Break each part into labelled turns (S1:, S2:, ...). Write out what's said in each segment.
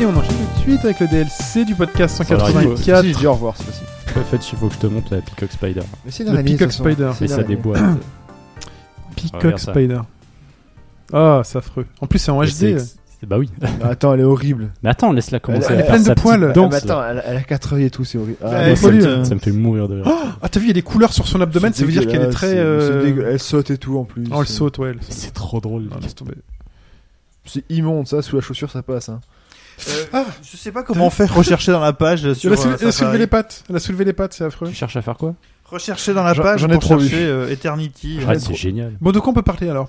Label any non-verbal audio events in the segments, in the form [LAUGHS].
S1: Et on enchaîne tout de suite avec le DLC du podcast
S2: Si,
S1: 184.
S2: j'ai dit au revoir cette fois-ci.
S3: En fait, il faut que je te montre la Peacock Spider.
S2: Mais c'est une
S1: Le
S2: analyse.
S1: Peacock
S2: de toute façon.
S1: Spider.
S2: C'est
S3: Mais
S2: une
S3: ça
S2: analyse.
S3: déboîte.
S1: Peacock
S3: Regarde ça.
S1: Spider. Ah, c'est affreux. En plus, c'est en
S3: Et c'est
S1: HD.
S3: ex- c'est- Bah oui.
S2: Ah, Attends, elle est horrible.
S3: Mais attends, laisse-la commencer
S2: Elle- elle
S3: à
S2: est
S3: faire
S1: pleine de
S3: sa petite
S1: poils.
S3: danse,
S2: Ah, mais
S3: là.
S2: attends, elle, elle a 4 œils et tout, c'est horrible.
S1: Elle
S2: non,
S1: est
S3: Moi,
S2: c'est-
S3: ça, me,
S1: pollue,
S3: fait-
S1: hein.
S3: ça me fait mourir de rire.
S1: Ah, t'as vu, il y a des couleurs sur son abdomen,
S2: c'est
S1: ça veut dire qu'elle est
S2: dégueulasse,
S1: très.
S2: c'est-
S1: euh,
S2: c'est dégueu- Elle saute et tout en plus.
S1: Oh, elle
S2: C'est-
S1: saute, ouais. elle saute.
S3: C'est trop drôle.
S1: Non, laisse tomber.
S2: C'est immonde ça, sous la chaussure ça passe. Hein.
S4: Euh, Je sais pas comment faire rechercher dans la page sur
S1: Elle a soulevé-
S4: euh,
S1: elle a soulevé
S4: Safari.
S1: les pattes. Elle a soulevé les pattes, c'est affreux.
S3: Tu cherches à faire quoi
S4: Rechercher dans la
S2: J'en-
S4: page,
S2: j'en ai
S4: pour
S2: trop vu.
S4: chercher euh, Eternity.
S3: Ah, C'est génial.
S1: Bon, de quoi on peut parler alors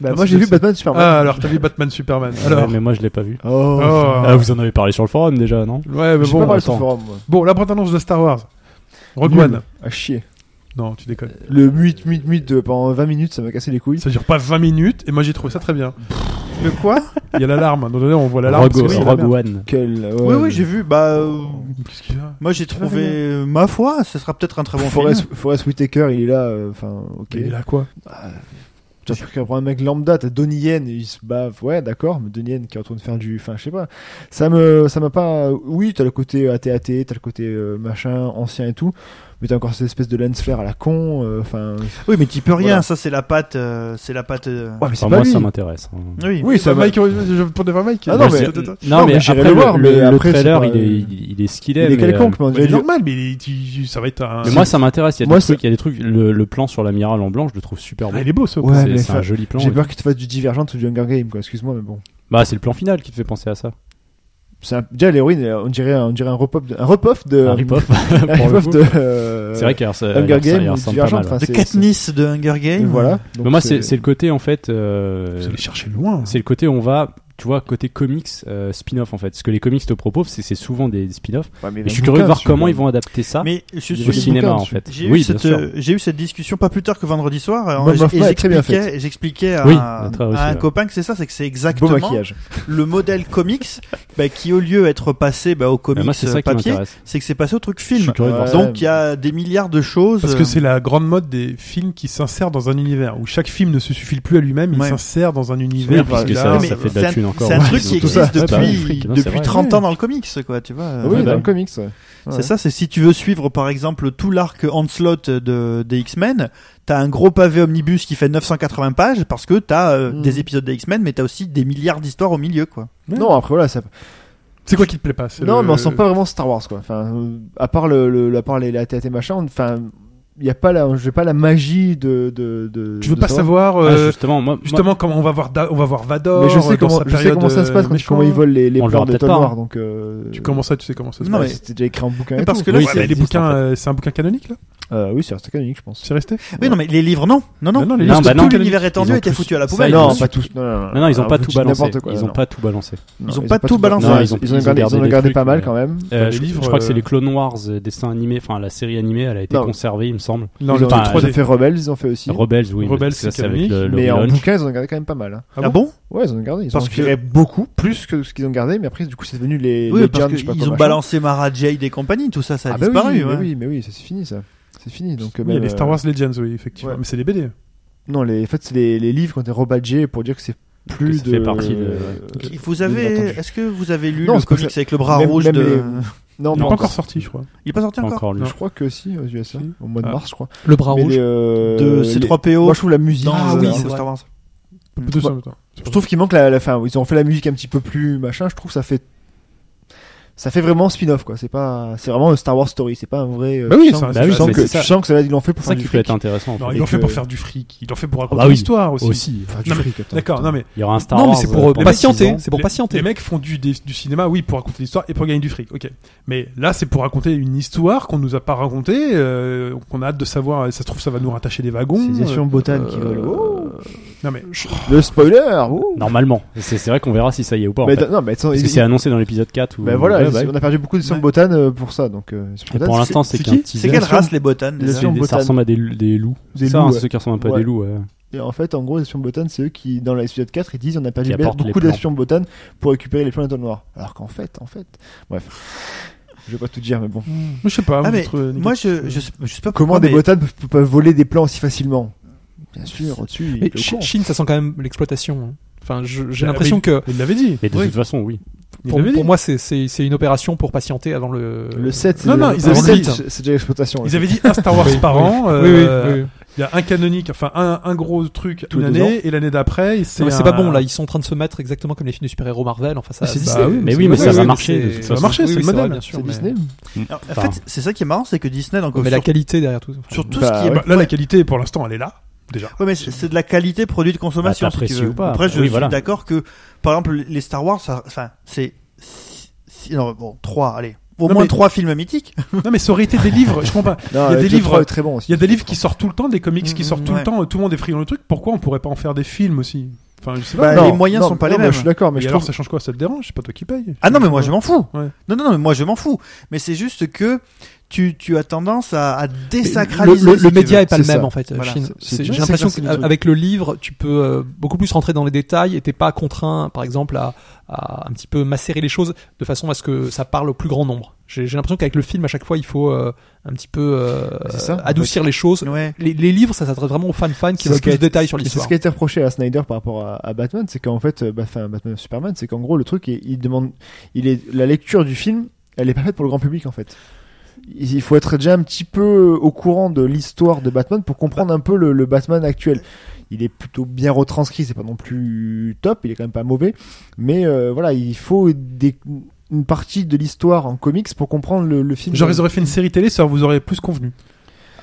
S2: Bah,
S1: Non,
S2: moi
S1: c'est
S2: j'ai vu
S1: dégueu.
S2: Batman Superman.
S1: Ah, alors t'as vu Batman Superman. Alors.
S3: Ouais, mais moi, je l'ai pas vu.
S2: Oh.
S1: Oh.
S3: Ah, vous en avez parlé sur le forum déjà, non
S1: Ouais, mais
S2: J'ai pas
S1: bon.
S2: parlé sur le
S3: attends.
S2: forum, moi.
S1: Bon, la bande-annonce de Star Wars. Rogue
S2: Nul.
S1: One.
S2: À chier.
S1: Non, tu déconnes.
S2: Le muit, muit, muit de pendant 20 minutes, ça m'a cassé les couilles.
S1: Ça dure pas 20 minutes, et moi j'ai trouvé ça très bien. Le quoi Il y a l'alarme. Non, non, non, on voit l'alarme.
S3: Rogue,
S1: parce que c'est la
S3: Rogue
S1: merde.
S3: One.
S2: Quel. ouais,
S4: Oui,
S2: mais-
S4: oui, j'ai vu. Bah, euh,
S1: Qu'est-ce qu'il y a
S4: moi j'ai trouvé, euh, ma foi, ce sera peut-être un très bon film.
S2: Forrest, Forrest Whitaker, il est là. euh, Enfin, ok.
S1: Il est là quoi
S2: T'as pris pour un mec lambda, t'as Donnie Yen, il se bat, ouais, d'accord, mais Donnie Yen qui est en train de faire du, enfin, je sais pas. Ça me, ça m'a pas, oui, t'as le côté AT-AT, t'as le côté euh, machin, ancien et tout, mais t'as encore cette espèce de lens flare à la con, euh, enfin.
S4: Oui, mais tu peux rien.
S2: Voilà.
S4: Ça, c'est la patte. euh, c'est la patte. euh,
S2: ouais, mais c'est
S3: Enfin,
S2: pas
S3: moi,
S2: lui.
S3: ça m'intéresse. hein.
S4: Oui.
S1: Oui, ça
S2: bah,
S1: Mike, euh, je prenais pas Mike.
S2: Ah non,
S3: Moi,
S2: mais-
S3: j'ai-
S1: C'est
S3: non,
S2: non,
S3: mais
S2: mais j'irai
S3: après,
S2: le voir,
S3: le,
S2: mais
S3: le
S2: après, c'est
S3: trailer,
S2: pas-
S3: il est, il, il est ce qu'il est.
S2: Il est
S3: mais, euh,
S2: quelconque, mais on dirait du-
S1: normal, mais tu- ça va être un.
S3: Mais moi, ça m'intéresse. Il y a
S2: Moi,
S3: des trucs, il y a des trucs. Le, le plan sur l'amiral en blanc, je le trouve super beau.
S1: Ah, il est beau ce.
S2: Ouais,
S3: C'est-
S2: mais
S3: c'est
S2: enfin,
S3: un joli plan.
S2: J'ai
S3: oui.
S2: peur qu'il te fasse du Divergent ou du Hunger Game, quoi, excuse-moi, mais bon.
S3: Bah, c'est le plan final qui te fait penser à ça.
S2: C'est un... déjà, l'héroïne, elle, on dirait, un- on dirait un repop de, un repop de.
S3: Harry
S2: [LAUGHS]
S3: Potter.
S2: un rip-off de, euh,
S3: C'est vrai qu'il y a- ça-
S2: Hunger
S3: ça-
S2: Game
S3: il
S2: ou
S3: ressemble
S2: Divergent,
S3: pas mal, ouais.
S2: enfin,
S4: Le
S2: c'est-
S4: Katniss de Hunger
S2: c'est-
S4: Game.
S2: euh, Voilà. Donc
S3: Mais moi, c'est c'est le côté en fait. euh,
S1: Vous allez chercher loin.
S3: c'est le côté on va, tu vois, côté comics euh, spin-off en fait. Ce que les comics te proposent, c'est c'est souvent des spin-off.
S2: Ouais, mais il y a
S3: Et je suis
S2: un
S3: curieux de
S2: bouquin
S3: voir
S2: dessus,
S3: comment
S2: quoi.
S3: ils vont adapter ça
S4: Mais je
S3: au
S2: il y a des
S4: suis.
S3: cinéma
S2: bouquins
S3: en
S2: dessus.
S3: fait.
S4: J'ai eu,
S3: Oui, bien
S4: cette,
S3: sûr.
S4: euh, j'ai eu cette discussion pas plus tard que vendredi soir. euh,
S2: Bob
S4: et
S2: Hoffman
S4: j- et
S2: est très bien
S4: j'expliquais-
S2: faite.
S4: et J'expliquais à,
S3: Oui,
S4: un-
S3: très réussi,
S4: à un
S3: ouais.
S4: copain que c'est ça, c'est que c'est
S2: Beau
S4: exactement
S2: maquillage.
S4: le modèle comics bah, qui, au lieu d'être passé bah, au
S3: Mais
S4: comics
S3: Ah, moi, c'est ça qui
S4: papier,
S3: m'intéresse.
S4: c'est que c'est passé au truc
S3: Je
S4: film.
S3: suis curieux de voir
S2: Ouais.
S3: ça.
S4: Donc il y a des milliards de choses.
S1: Parce
S4: euh,
S1: que c'est la grande mode des films qui s'insèrent dans un univers où chaque film ne se suffit plus à lui-même, il
S4: Ouais.
S1: s'insère dans un
S3: Oui,
S1: univers.
S3: parce que
S1: bizarre.
S3: ça,
S4: euh, mais
S3: ça fait de
S4: c'est
S3: la
S4: un-
S3: thune encore.
S4: C'est un
S3: Ouais,
S4: truc
S3: ils
S4: qui
S3: ont tout
S4: existe
S3: ça. Ouais, bah oui,
S4: depuis,
S3: fric, non, c'est
S4: depuis
S3: vrai.
S4: 30 ans dans le comics, quoi, tu vois. Euh,
S2: Ah Oui,
S3: Ouais,
S2: dans
S3: bah.
S2: le comics, ouais.
S4: C'est ça, c'est si tu veux suivre par exemple tout l'arc Onslaught de, des X-Men, t'as un gros pavé omnibus qui fait 980 pages parce que t'as euh,
S2: Mm.
S4: des épisodes des X-Men, mais t'as aussi des milliards d'histoires au milieu quoi.
S2: Non, après, voilà, ça,
S1: C'est quoi qui te plaît pas c'est
S2: Non,
S1: le-
S2: mais on sent pas vraiment Star Wars quoi. Enfin, euh, à part le, le- à part les, la tête et machin, on- enfin, il y a pas la, j'ai pas la magie de. de, de
S1: Tu veux
S2: de
S1: pas
S2: Star Wars.
S1: savoir.
S3: Ah,
S1: euh,
S3: justement, moi, moi-
S1: Justement, comment on va voir, Da- on va voir Vador.
S2: Mais je
S1: euh,
S2: sais
S1: dans
S2: comment,
S1: sa
S2: je sais
S1: période,
S2: comment ça se passe
S1: euh,
S2: quand,
S1: méchant.
S2: comment ils volent les, les
S3: On le verra
S2: plans de
S3: peut-être
S2: Tom
S3: pas,
S2: Noir,
S3: hein.
S2: donc. euh,
S1: Tu commences ça, tu sais comment ça se
S4: Non,
S1: passe.
S2: ouais,
S4: mais-
S2: C'était déjà écrit en bouquin.
S4: Mais
S2: et
S4: parce
S2: tout.
S4: que là,
S1: Oui,
S4: c'est-
S1: c'est des
S3: existe,
S1: bouquins.
S3: en fait.
S1: euh, C'est un bouquin canonique là.
S2: Euh, oui, c'est un canonique, je pense.
S1: C'est resté.
S4: Oui, non mais les livres non, non non.
S1: Mais non, les
S4: Parce
S1: livres,
S4: que
S1: bah
S4: tout
S1: non.
S4: l'univers étendu
S3: Ils ont
S4: était
S3: tous-
S4: foutu à la
S3: ça,
S1: Ah,
S4: poubelle.
S3: ils ont
S2: non,
S3: su-
S2: pas tous. Non, non,
S3: non, non, ils ont
S2: Ah,
S3: pas
S2: vous
S3: tout
S2: dites
S3: balancé.
S2: n'importe quoi,
S3: Ils
S2: non,
S3: ont pas tout balancé.
S2: non,
S4: ils ont pas tout balancé.
S2: Non,
S3: Non,
S2: ils ont, ils ont gardé, ils ont
S3: des
S2: gardé
S3: trucs,
S2: pas mal
S3: mais-
S2: quand même.
S3: Euh,
S1: les
S3: je,
S1: livres,
S3: je crois que c'est
S1: euh,
S3: les Clone Wars, euh, dessins animés, enfin la série animée, elle a été
S2: Non.
S3: conservée, il me semble.
S1: Non,
S2: ils,
S1: le
S2: ont,
S1: truc
S3: enfin,
S2: ils
S1: 3D.
S2: ont fait Rebels, ils ont fait aussi.
S3: Rebels, oui.
S1: Rebels,
S3: mais ça,
S1: c'est
S3: c'est avec
S1: canonique,
S3: le, le
S2: mais en
S3: relaunch.
S2: bouquin, ils ont gardé quand même pas mal. hein.
S1: Ah
S4: Ah bon
S2: Ouais, ils ont gardé. Ils
S1: Parce
S2: ont
S1: que-
S2: tiré beaucoup plus que ce qu'ils ont gardé, mais après, du coup, c'est devenu les.
S4: Oui,
S2: les
S4: parce
S2: Giants, je sais pas quoi,
S4: qu'ils ont
S2: machin.
S4: balancé Mara Jade et compagnie, tout ça, ça a
S3: Ah
S2: bah
S4: disparu.
S2: oui,
S4: hein. ouais.
S2: mais oui, mais oui, ça, c'est fini ça. C'est fini. Donc, euh,
S1: Oui, il y a
S2: même,
S1: les Star
S2: euh,
S1: Wars Legends, oui, effectivement.
S2: ouais.
S1: Mais c'est des BD.
S2: Non, les, en fait, c'est les, les livres qui ont été rebadgés pour dire que c'est plus
S3: ça
S2: de. euh,
S3: fait partie de-
S4: Et Vous avez,
S2: Ils ont attendu.
S4: est-ce que vous avez lu
S2: Non,
S4: le
S2: c'est parce
S4: comics avec le bras
S2: même-
S4: rouge
S2: même
S4: de
S2: les- Non,
S1: On
S2: non,
S1: pas encore sorti, je crois.
S4: Il est pas sorti
S3: Pas
S4: encore.
S3: encore lu.
S2: Je crois que si, aux USA,
S1: Si.
S2: au mois de
S1: Ah.
S2: mars, je crois.
S3: Le bras
S2: Mais les, euh,
S4: De
S2: les-
S4: C3PO.
S2: Moi, je trouve la musique.
S4: dans,
S2: euh,
S4: Ah oui,
S2: je
S4: c'est Star Wars.
S5: Mm.
S1: Un peu de
S2: Ouais.
S1: ça,
S5: Bah,
S1: attends.
S2: je trouve qu'il manque la, la fin. Ils ont fait la musique un petit peu plus machin. Je trouve que ça fait. Ça fait vraiment spin-off quoi. C'est pas, c'est vraiment un Star Wars story. C'est pas un vrai. euh,
S1: Bah oui,
S2: tu sens,
S1: c'est un-
S2: que-
S1: bah
S2: tu
S1: oui,
S2: sens
S3: Ah, mais
S2: que
S3: c'est ça.
S2: tu sens que ça ils l'ont fait pour
S3: C'est ça
S2: faire
S3: qui peut
S2: du fric.
S3: être intéressant.
S1: Non,
S3: en fait.
S1: ils
S2: et
S1: l'ont fait
S2: que-
S1: pour faire du fric. Ils l'ont fait pour raconter
S5: Ah
S3: bah oui.
S1: l'histoire aussi.
S3: Aussi.
S2: Faire du
S1: Non, mais-
S2: fric, attends,
S1: D'accord,
S2: attends.
S1: non mais
S3: Il y aura un Star
S5: Non, mais
S3: Wars,
S5: c'est
S3: euh,
S5: pour
S3: pendant six
S5: patienter.
S3: ans.
S5: C'est pour
S1: les-
S5: patienter.
S1: Les mecs font du, des- du cinéma, oui, pour raconter l'histoire et pour gagner du fric. Ok. Mais là, c'est pour raconter une histoire qu'on nous a pas racontée, euh, qu'on a hâte de savoir. Et ça se trouve, ça va nous rattacher des wagons.
S2: C'est
S1: euh,
S2: Session Botane qui veulent. Oh,
S1: Non mais
S2: Le spoiler. oh.
S3: Normalement. C'est c'est vrai qu'on verra si ça y est ou pas. en
S2: Mais
S3: fait.
S2: non, mais attends,
S3: Parce que
S2: ils-
S3: c'est annoncé dans l'épisode 4. ou-
S2: Ben voilà,
S3: Ouais,
S2: ils-
S3: ouais.
S2: on a perdu beaucoup de
S4: Ouais.
S2: Sombotan euh, pour ça, donc euh, les
S3: Et
S2: Sombotan,
S3: pour l'instant,
S2: c'est-
S3: c'est
S2: c'est
S3: qu'un
S2: qui
S3: teaser.
S4: C'est quelle race les botanes
S2: Les
S4: déjà
S2: gens-
S3: C'est des- Ça
S2: Botane.
S3: ressemble à des des loups.
S2: Des
S3: Ça, hein,
S2: loups,
S3: c'est
S2: ouais.
S3: ceux qui ressemblent un peu à
S2: Ouais.
S3: des loups. ouais.
S2: Et en fait, en gros, les Sombotan, c'est eux qui, dans l'épisode 4, ils disent on a perdu
S3: Qui
S2: bien
S3: apportent les
S2: beaucoup
S3: plans.
S2: d'Espion-Botan pour récupérer les plans d'étoiles noires. Alors qu'en fait, en fait, bref, je vais pas tout dire, mais bon.
S1: je sais pas.
S4: Ah, mais
S1: votre-
S4: Moi, je, je, sais- je sais pas
S2: Comment
S4: pourquoi,
S2: des
S4: mais-
S2: Botan peuvent, peuvent pas voler des plans aussi facilement Bien sûr, au-dessus, il
S5: Mais
S2: est au
S5: Chi-
S2: courant. Bah,
S5: Chine, ça sent quand même l'exploitation. hein. Enfin, je- j'ai
S1: Ah,
S5: l'impression
S1: mais-
S5: que
S1: Il l'avait dit.
S3: Mais de
S4: Oui.
S3: toute façon, oui.
S1: Il
S5: Pour,
S1: l'avait
S5: pour
S1: dit.
S5: moi, c'est- c'est c'est une opération pour patienter avant le.
S2: Le 7, c'est
S1: Non,
S2: de-
S1: non, ils avaient
S2: le
S1: dit-
S2: 7, c'est- c'est déjà l'exploitation.
S1: Ils avaient dit un Star Wars
S5: Oui,
S1: par
S5: oui.
S1: an.
S5: Oui,
S1: euh,
S5: oui, oui.
S1: Il y a un canonique, enfin un, un gros truc
S2: Tous
S1: une
S2: les deux
S1: année et l'année d'après. et
S5: Non, mais C'est
S1: un-
S5: pas bon là, ils sont en train de se mettre exactement comme les films de super-héros Marvel. Enfin, ça,
S2: Mais Ah, c'est
S5: ça-
S2: Disney.
S3: Mais
S5: c'est-
S3: oui, mais ça va
S5: oui,
S3: marcher,
S5: c'est-
S3: de toute
S1: Ça va
S3: façon.
S1: marcher,
S5: Oui,
S1: c'est
S5: oui,
S1: le
S5: vrai,
S1: modèle.
S5: bien sûr,
S2: C'est
S5: mais- Ah
S2: Disney.
S4: En
S3: Enfin.
S4: fait, c'est ça qui est marrant, c'est que Disney, donc,
S5: Mais
S4: sur,
S5: la qualité derrière tout.
S4: sur tout
S2: Bah,
S4: ce qui est.
S1: Bah, là, la qualité pour l'instant, elle est là déjà.
S4: Ouais, mais c'est c'est de la qualité produit de consommation.
S3: Bah,
S4: si tu
S3: t'apprécies
S4: veux.
S3: ou pas.
S4: Après, je
S3: Oui,
S4: suis
S3: voilà.
S4: d'accord que, par exemple, les Star Wars, ça- enfin, c'est. si- si- Non, bon, trois, allez. Au
S1: Non,
S4: moins
S1: mais-
S4: trois films mythiques.
S1: non mais ça aurait été des livres. Je comprends pas.
S2: Non,
S1: Il y a
S2: avec
S1: des
S2: le
S1: livres-
S2: 3 est très bon aussi.
S1: Il y a des livres qui sortent tout le temps, des comics qui
S4: Mm,
S1: sortent tout
S4: ouais.
S1: le temps. Tout le monde est friand le truc. Pourquoi on pourrait pas en faire des films aussi Enfin, je sais pas.
S4: Bah,
S1: Et
S4: les moyens sont pas les
S2: mais
S4: mêmes.
S2: Je suis d'accord, mais je
S1: alors,
S2: trouve-
S1: ça change quoi Ça te dérange C'est pas toi qui paye
S4: Ah non, mais moi, je m'en fous.
S1: Ouais.
S4: Non, non, non, mais moi, je m'en fous. Mais c'est juste que tu, tu as tendance à, à
S5: le,
S4: désacraliser.
S5: le-
S4: si
S5: le
S4: tu
S5: média
S4: veux.
S5: est pas
S2: C'est
S5: le même
S2: ça.
S5: en fait. euh,
S4: Voilà,
S5: Chine.
S2: c'est-
S5: C'est-
S2: c'est-
S5: J'ai
S2: c'est
S5: l'impression
S2: ça, c'est le truc.
S5: qu'avec le livre, tu peux euh, beaucoup plus rentrer dans les détails et t'es pas contraint, par exemple, à, à un petit peu macérer les choses de façon à ce que ça parle au plus grand nombre. J'ai j'ai l'impression qu'avec le film, à chaque fois, il faut euh, un petit peu euh,
S2: C'est ça,
S5: adoucir les choses.
S4: Ouais.
S5: Les, les livres, ça s'adresse vraiment aux fan-fans qui
S2: C'est
S5: veulent
S2: ce qui a
S5: plus de
S2: été-
S5: détails sur
S2: C'est
S5: l'histoire.
S2: ce qui a été reproché à Snyder par rapport à, à Batman, c'est qu'en fait, euh, bah, enfin, Batman Superman, c'est qu'en gros le truc, il, il demande, il est la lecture du film, elle est pas faite pour le grand public en fait. Il il faut être déjà un petit peu au courant de l'histoire de Batman pour comprendre un peu le, le Batman actuel. Il est plutôt bien retranscrit, c'est pas non plus top, il est quand même pas mauvais, mais euh, voilà, il faut des- une partie de l'histoire en comics pour comprendre le, le film.
S1: Genre, ils auraient fait une série télé, ça vous aurait plus convenu.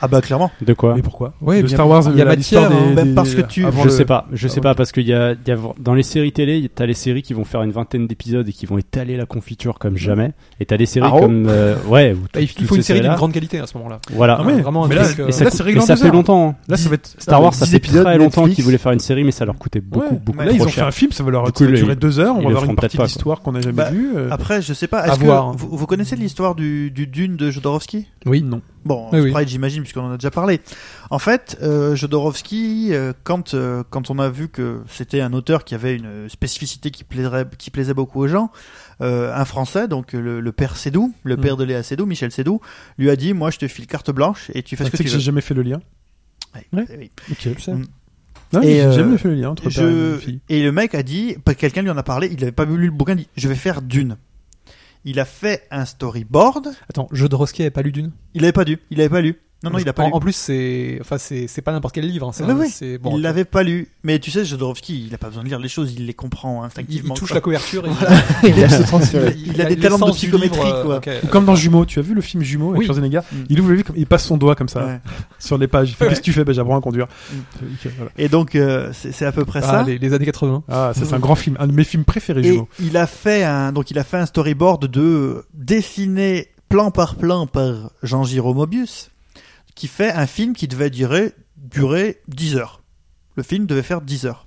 S4: Ah bah, clairement.
S3: De quoi
S1: Mais pourquoi
S5: Ouais,
S1: De
S5: bien-
S1: Star Wars,
S5: il y a
S1: la- l'histoire
S5: matière,
S1: des-
S4: hein, même
S1: des-
S4: parce que tu-
S1: avant
S3: Je
S1: le-
S3: sais pas, je sais
S1: avant
S3: pas parce qu'il y a, il y a v- dans les séries télé, t'as les séries qui vont faire une vingtaine d'épisodes et qui vont étaler la confiture comme jamais, et t'as des séries
S2: Arrow.
S3: comme euh, ouais, ou
S5: Bah, il
S3: toutes
S5: faut une
S3: ces
S5: série d'une
S3: séries-là.
S5: grande qualité à ce moment-là.
S3: Voilà.
S1: Ah ouais,
S5: vraiment un
S1: mais là,
S5: truc, euh,
S1: mais
S3: Et ça,
S1: ça, c'est réglé
S3: mais
S1: en
S3: ça
S1: deux
S3: fait
S1: heures.
S3: longtemps. hein.
S1: Là, ça va être.
S3: Star Wars, ça
S2: 10
S3: fait
S2: épisodes,
S3: très longtemps
S2: Netflix.
S3: qu'ils voulaient faire une série, mais ça leur coûtait beaucoup,
S1: Ouais.
S3: beaucoup
S1: Mais là, ils
S3: trop
S1: ont fait
S3: cher.
S1: un film, ça va leur
S3: Du coup, le-
S1: durer deux heures. On
S3: ils le
S1: va avoir
S3: feront
S1: une partie
S3: peut-être pas,
S1: d'histoire qu'on n'a jamais
S4: Bah,
S1: vue. euh,
S4: Après, je sais pas,
S5: À
S4: est-ce que
S5: voir.
S4: vous, vous connaissez l'histoire du, du Dune de Jodorowsky
S5: Oui.
S1: Non.
S4: Bon,
S5: Oui, oui.
S4: Sprite, j'imagine, puisqu'on en a déjà parlé. En fait, euh, Jodorowsky, euh, quand, euh, quand on a vu que c'était un auteur qui avait une spécificité qui plairait, qui plaisait beaucoup aux gens, euh, un Français, donc euh, le, le père Sédou, le
S1: Mm.
S4: père de Léa Sédou, Michel Sédou, lui a dit, moi je te file carte blanche et tu fais
S1: Tu
S4: ce
S1: sais que
S4: que tu
S1: j'ai
S4: veux.
S1: jamais fait le lien.
S4: Ouais, oui.
S1: Ok, je sais.
S4: Mm.
S1: Non,
S4: Et,
S1: j'ai
S4: euh,
S1: jamais fait le lien entre père
S4: Je-
S1: et fille.
S4: Et le mec a dit, parce que quelqu'un lui en a parlé, il n'avait pas lu le bouquin, il dit, je vais faire Dune. Il a fait un storyboard,
S5: Attends, Jodorowsky avait pas lu d'une
S4: il n'avait pas lu, il n'avait pas lu. Non, non, il n'a pas
S5: en,
S4: lu.
S5: en plus, c'est enfin, c'est c'est pas n'importe quel livre. hein, c'est
S4: Oui,
S5: un-
S4: oui.
S5: c'est- bon,
S4: il
S5: ok.
S4: l'avait pas lu. Mais tu sais, Jodorowsky, il a pas besoin de lire les choses, il les comprend
S5: il,
S4: instinctivement.
S5: il touche
S4: quoi.
S5: la couverture et il-
S2: Il laisse se
S4: [LAUGHS]
S2: transférer.
S4: Il a des talents de
S5: l'essence du livre,
S4: psychométrie,
S5: euh,
S4: quoi.
S5: ok.
S1: Ou Comme dans Jumeaux, tu as vu le film Jumeaux avec
S5: Oui.
S1: Schwarzenegger
S4: Mm.
S1: Il ouvre le livre, comme- il passe son doigt comme ça
S4: Ouais.
S1: sur les pages. Il fait,
S5: Ouais.
S1: Qu'est-ce que tu fais Ben, J'apprends à conduire.
S4: Mm.
S1: Ok, voilà.
S4: Et donc, euh, c'est c'est à peu près
S5: Ah,
S4: ça.
S5: les, les années 80.
S1: Ah, ça c'est un grand film, un de mes films préférés,
S4: Et
S1: Jumeaux.
S4: il a fait un, donc il a fait un storyboard de dessiné plan par plan par Jean Giraud Mobius, qui fait un film qui devait durer, durer 10 heures. Le film devait faire 10 heures.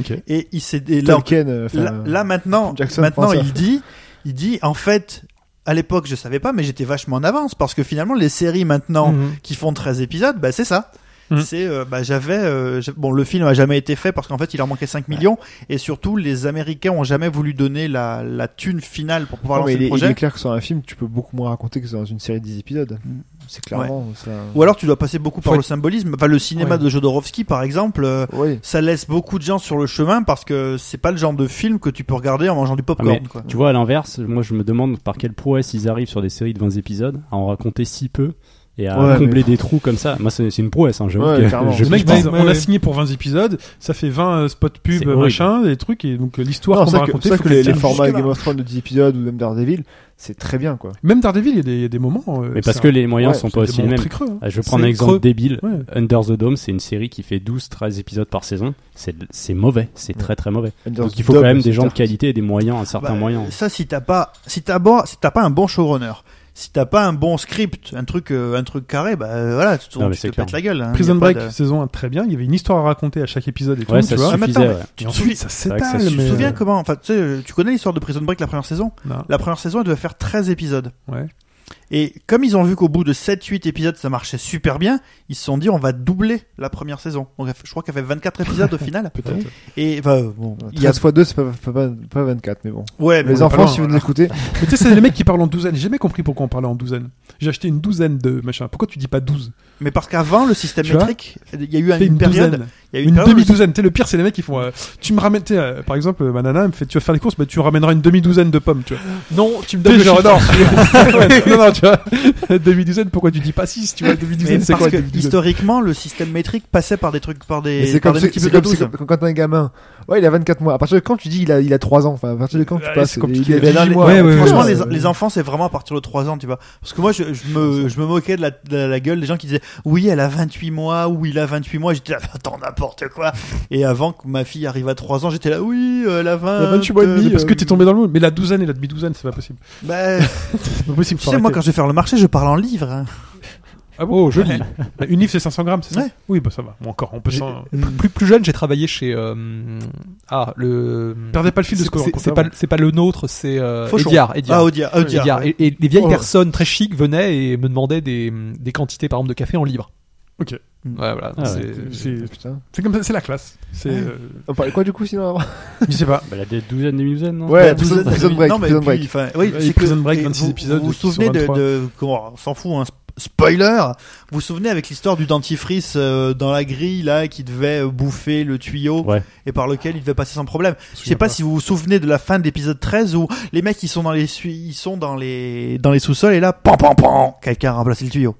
S1: Ok.
S4: Et il s'est, et là,
S2: Tolkien. euh, enfin,
S4: là, là, maintenant,
S2: Jackson
S4: maintenant
S2: prend ça.
S4: il dit, il dit, en fait, à l'époque, je savais pas, mais j'étais vachement en avance parce que finalement, les séries maintenant,
S5: Mhm.
S4: qui font 13 épisodes, bah c'est ça.
S1: Mm.
S4: C'est euh, bah j'avais euh, j'ai- bon le film a jamais été fait parce qu'en fait il leur manquait 5 millions et surtout les américains ont jamais voulu donner la la thune finale pour pouvoir
S2: Non, mais il, est,
S4: lancer le
S2: il est
S4: projet.
S2: clair que sur un film, tu peux beaucoup moins raconter que dans une série de 10 épisodes.
S4: Mm.
S2: C'est clairement ça.
S4: Ou alors tu dois passer beaucoup par
S5: Faut
S4: le symbolisme. Enfin le cinéma
S5: Ouais.
S4: de Jodorowsky par exemple, euh,
S2: Oui.
S4: ça laisse beaucoup de gens sur le chemin parce que c'est pas le genre de film que tu peux regarder en mangeant du popcorn
S3: Ah, mais
S4: quoi.
S3: Tu vois, à l'inverse, moi je me demande par quelle prouesse ils arrivent sur des séries de 20 épisodes à en raconter si peu et à
S2: Ouais,
S3: combler des trous comme ça. Moi, c'est c'est une prouesse, hein, j'avoue
S2: Ouais,
S3: que
S2: clairement.
S3: [LAUGHS] je
S1: Les mecs
S3: pense
S1: disent,
S5: pas.
S1: on
S5: Ouais,
S1: a
S5: ouais.
S1: signé pour 20 épisodes, ça fait 20 spots pub,
S3: C'est horrible.
S1: machin, des trucs, et donc euh, l'histoire
S2: Non,
S1: qu'on
S2: c'est
S1: va
S2: vrai que,
S1: raconter.
S2: c'est vrai
S1: faut
S2: que les,
S1: qu'elle
S2: les
S1: tienne
S2: formats
S1: jusque-là.
S2: Game of Thrones de 10 épisodes ou même Daredevil, c'est très bien quoi.
S1: Même Daredevil, il y a des- il y, a des moments. euh,
S3: Mais parce
S1: c'est
S3: que
S1: un-
S3: les moyens
S2: ouais,
S3: sont
S1: c'est
S3: pas
S1: des
S3: aussi les
S1: moments
S3: mêmes.
S1: très creux, hein.
S3: Ah, Je vais prendre un
S5: C'est
S3: exemple
S5: creux.
S3: débile.
S1: Ouais.
S3: Under the Dome, c'est une série qui fait 12-13 épisodes par saison. C'est c'est mauvais, c'est
S2: Ouais.
S3: très très mauvais.
S2: Under
S3: Donc
S2: the
S3: il faut
S2: Dome,
S3: quand même
S2: c'est euh,
S3: des gens de
S2: clair.
S3: qualité et des moyens, un certain
S4: Bah,
S3: moyen.
S4: Ça si t'as pas si t'as pas si t'as pas un bon showrunner, si t'as pas un bon script, un truc euh, un truc carré, bah euh, voilà, tu, te-
S3: Non, mais
S4: tu te
S3: c'est clair.
S4: pètes la gueule. hein.
S1: Prison
S4: Y a pas
S1: Break,
S4: de-
S1: saison 1, très bien. Il y avait une histoire à raconter à chaque épisode et tout,
S3: Ouais,
S1: tu
S3: ça
S1: vois.
S4: Ah, mais attends,
S3: suffisait. ouais.
S1: Et
S4: Tu te
S1: ensuite,
S4: souvi-
S1: ça
S3: vrai que ça
S1: s'étale,
S3: se
S1: mais.
S4: Tu te souviens
S1: euh,
S4: comment Enfin, tu sais, tu connais l'histoire de Prison Break, la première saison
S1: non.
S4: La première saison, elle devait faire 13 épisodes.
S1: Ouais.
S4: Et comme ils ont vu qu'au bout de 7-8 épisodes ça marchait super bien, ils se sont dit on va doubler la première saison. Donc, je crois qu'elle fait 24 épisodes au final.
S1: Peut-être.
S4: Et bah, bon, il y a...
S2: 13 x 2, c'est pas, pas, pas- pas 24, mais bon.
S4: Ouais, mais
S2: Les
S4: bon,
S2: enfants,
S1: loin,
S2: si vous
S1: voilà.
S2: nous écoutez,
S1: Mais tu sais, c'est les mecs qui parlent en douzaine. J'ai jamais compris pourquoi on parlait en douzaine. J'ai acheté une douzaine de machins. Pourquoi tu dis pas douze
S4: mais parce qu'avant le système
S1: Tu vois
S4: métrique, il y a eu
S1: Fais
S4: une, période,
S1: douzaine.
S4: il y a eu
S1: Une
S4: période où le
S1: demi-douzaine. Tu sais, le pire, c'est les mecs qui font. euh, tu me ramènes. tu sais, euh, par exemple, euh, ma nana elle me fait Tu vas faire les courses, bah, tu ramèneras une demi-douzaine de pommes, tu vois.
S5: Non, tu me
S1: Tu
S5: donnes
S1: sais,
S5: le
S1: genre,
S5: chiffre.
S1: non. [LAUGHS] Ouais, non, non, tu vois. [LAUGHS] demi-douzaine, pourquoi tu dis pas six Tu vois,
S4: Mais
S1: demi-douzaine, c'est
S4: parce
S1: quoi
S4: que
S1: une demi-douzaine
S4: historiquement, le système métrique passait par des trucs, par
S2: mais
S4: des,
S2: c'est
S4: par
S2: comme,
S4: des
S2: c'est-
S4: multiples
S2: c'est
S4: de
S2: comme- c'est
S4: 12.
S2: comme- quand t'as un gamin. Ouais, il a 24 mois. À partir de quand tu dis il a, il a 3 ans Enfin, à partir de quand tu
S1: Ouais,
S2: passes
S1: c'est compliqué.
S2: il a- il a-
S1: Ouais,
S2: il a-
S3: ouais, ouais.
S4: Franchement,
S2: euh,
S4: Eh ben, les, les enfants, c'est vraiment à partir de 3 ans, tu vois. Parce que moi, je, je me, je me moquais de la, de la gueule des gens qui disaient Oui, elle a 28 mois, ou il a 28 mois. J'étais là, [LAUGHS] attends, n'importe quoi. Et avant que ma fille arrive à 3 ans, j'étais là, oui, euh, elle a 20.
S1: Il y a 28 mois et demi,
S4: euh,
S1: parce que t'es tombé dans le moule. Mais la douzaine et la demi-douzaine, c'est pas possible.
S4: Bah,
S1: C'est pas possible.
S4: tu
S1: faut
S4: sais, moi,
S1: arrêter.
S4: quand je vais faire le marché, je parle en livres. hein.
S1: Ah
S5: Oh,
S1: bon,
S4: [LAUGHS]
S1: joli. Une livre, c'est 500 grammes, c'est ça
S4: Ouais.
S1: Oui, bah ça va. Bon, encore, on peut s'en.
S5: Plus, plus jeune, j'ai travaillé chez euh, ah le
S1: Perdez pas le fil de ce que l'on
S5: c'est-
S1: raconte
S5: c'est
S1: avant.
S5: pas c'est pas le nôtre, c'est euh,
S4: Fauchon.
S5: Ediard, Ediard.
S4: Ah, Odia, Odia.
S5: Ediard. Et, et les vieilles
S1: Oh.
S5: personnes très chic venaient et me demandaient des, des quantités par exemple de café en libre.
S1: Ok.
S5: Ouais, voilà.
S3: Ah
S5: c'est-
S1: C'est
S2: Eh, Putain.
S1: c'est comme ça, c'est la classe. C'est. euh,
S2: On parlait quoi du coup sinon avant
S1: Je sais [LAUGHS] pas.
S3: Bah, la douzaine, demi-douzaine, non
S2: Ouais,
S4: Prison-
S2: Prison- Prison Break,
S4: Non, mais
S2: Prison
S4: puis,
S2: Break.
S4: enfin, oui,
S1: Ouais,
S4: c'est
S1: Prison
S4: que-
S1: Break,
S4: et
S1: 26
S4: vous-
S1: épisodes,
S4: Vous vous
S1: qui sont
S4: souvenez de,
S1: 23.
S4: de- comment, on s'en fout, hein, sp- spoiler. Vous vous souvenez avec l'histoire du dentifrice euh, dans la grille là, qui devait euh, bouffer le tuyau
S3: Ouais.
S4: et par lequel il devait passer sans problème.
S1: me
S4: Je sais pas,
S1: souviens
S4: si vous vous souvenez de la fin de l'épisode 13 où les mecs ils sont dans les sui- ils sont dans les dans les sous-sols et là, pan pan pan, quelqu'un a remplacé le tuyau.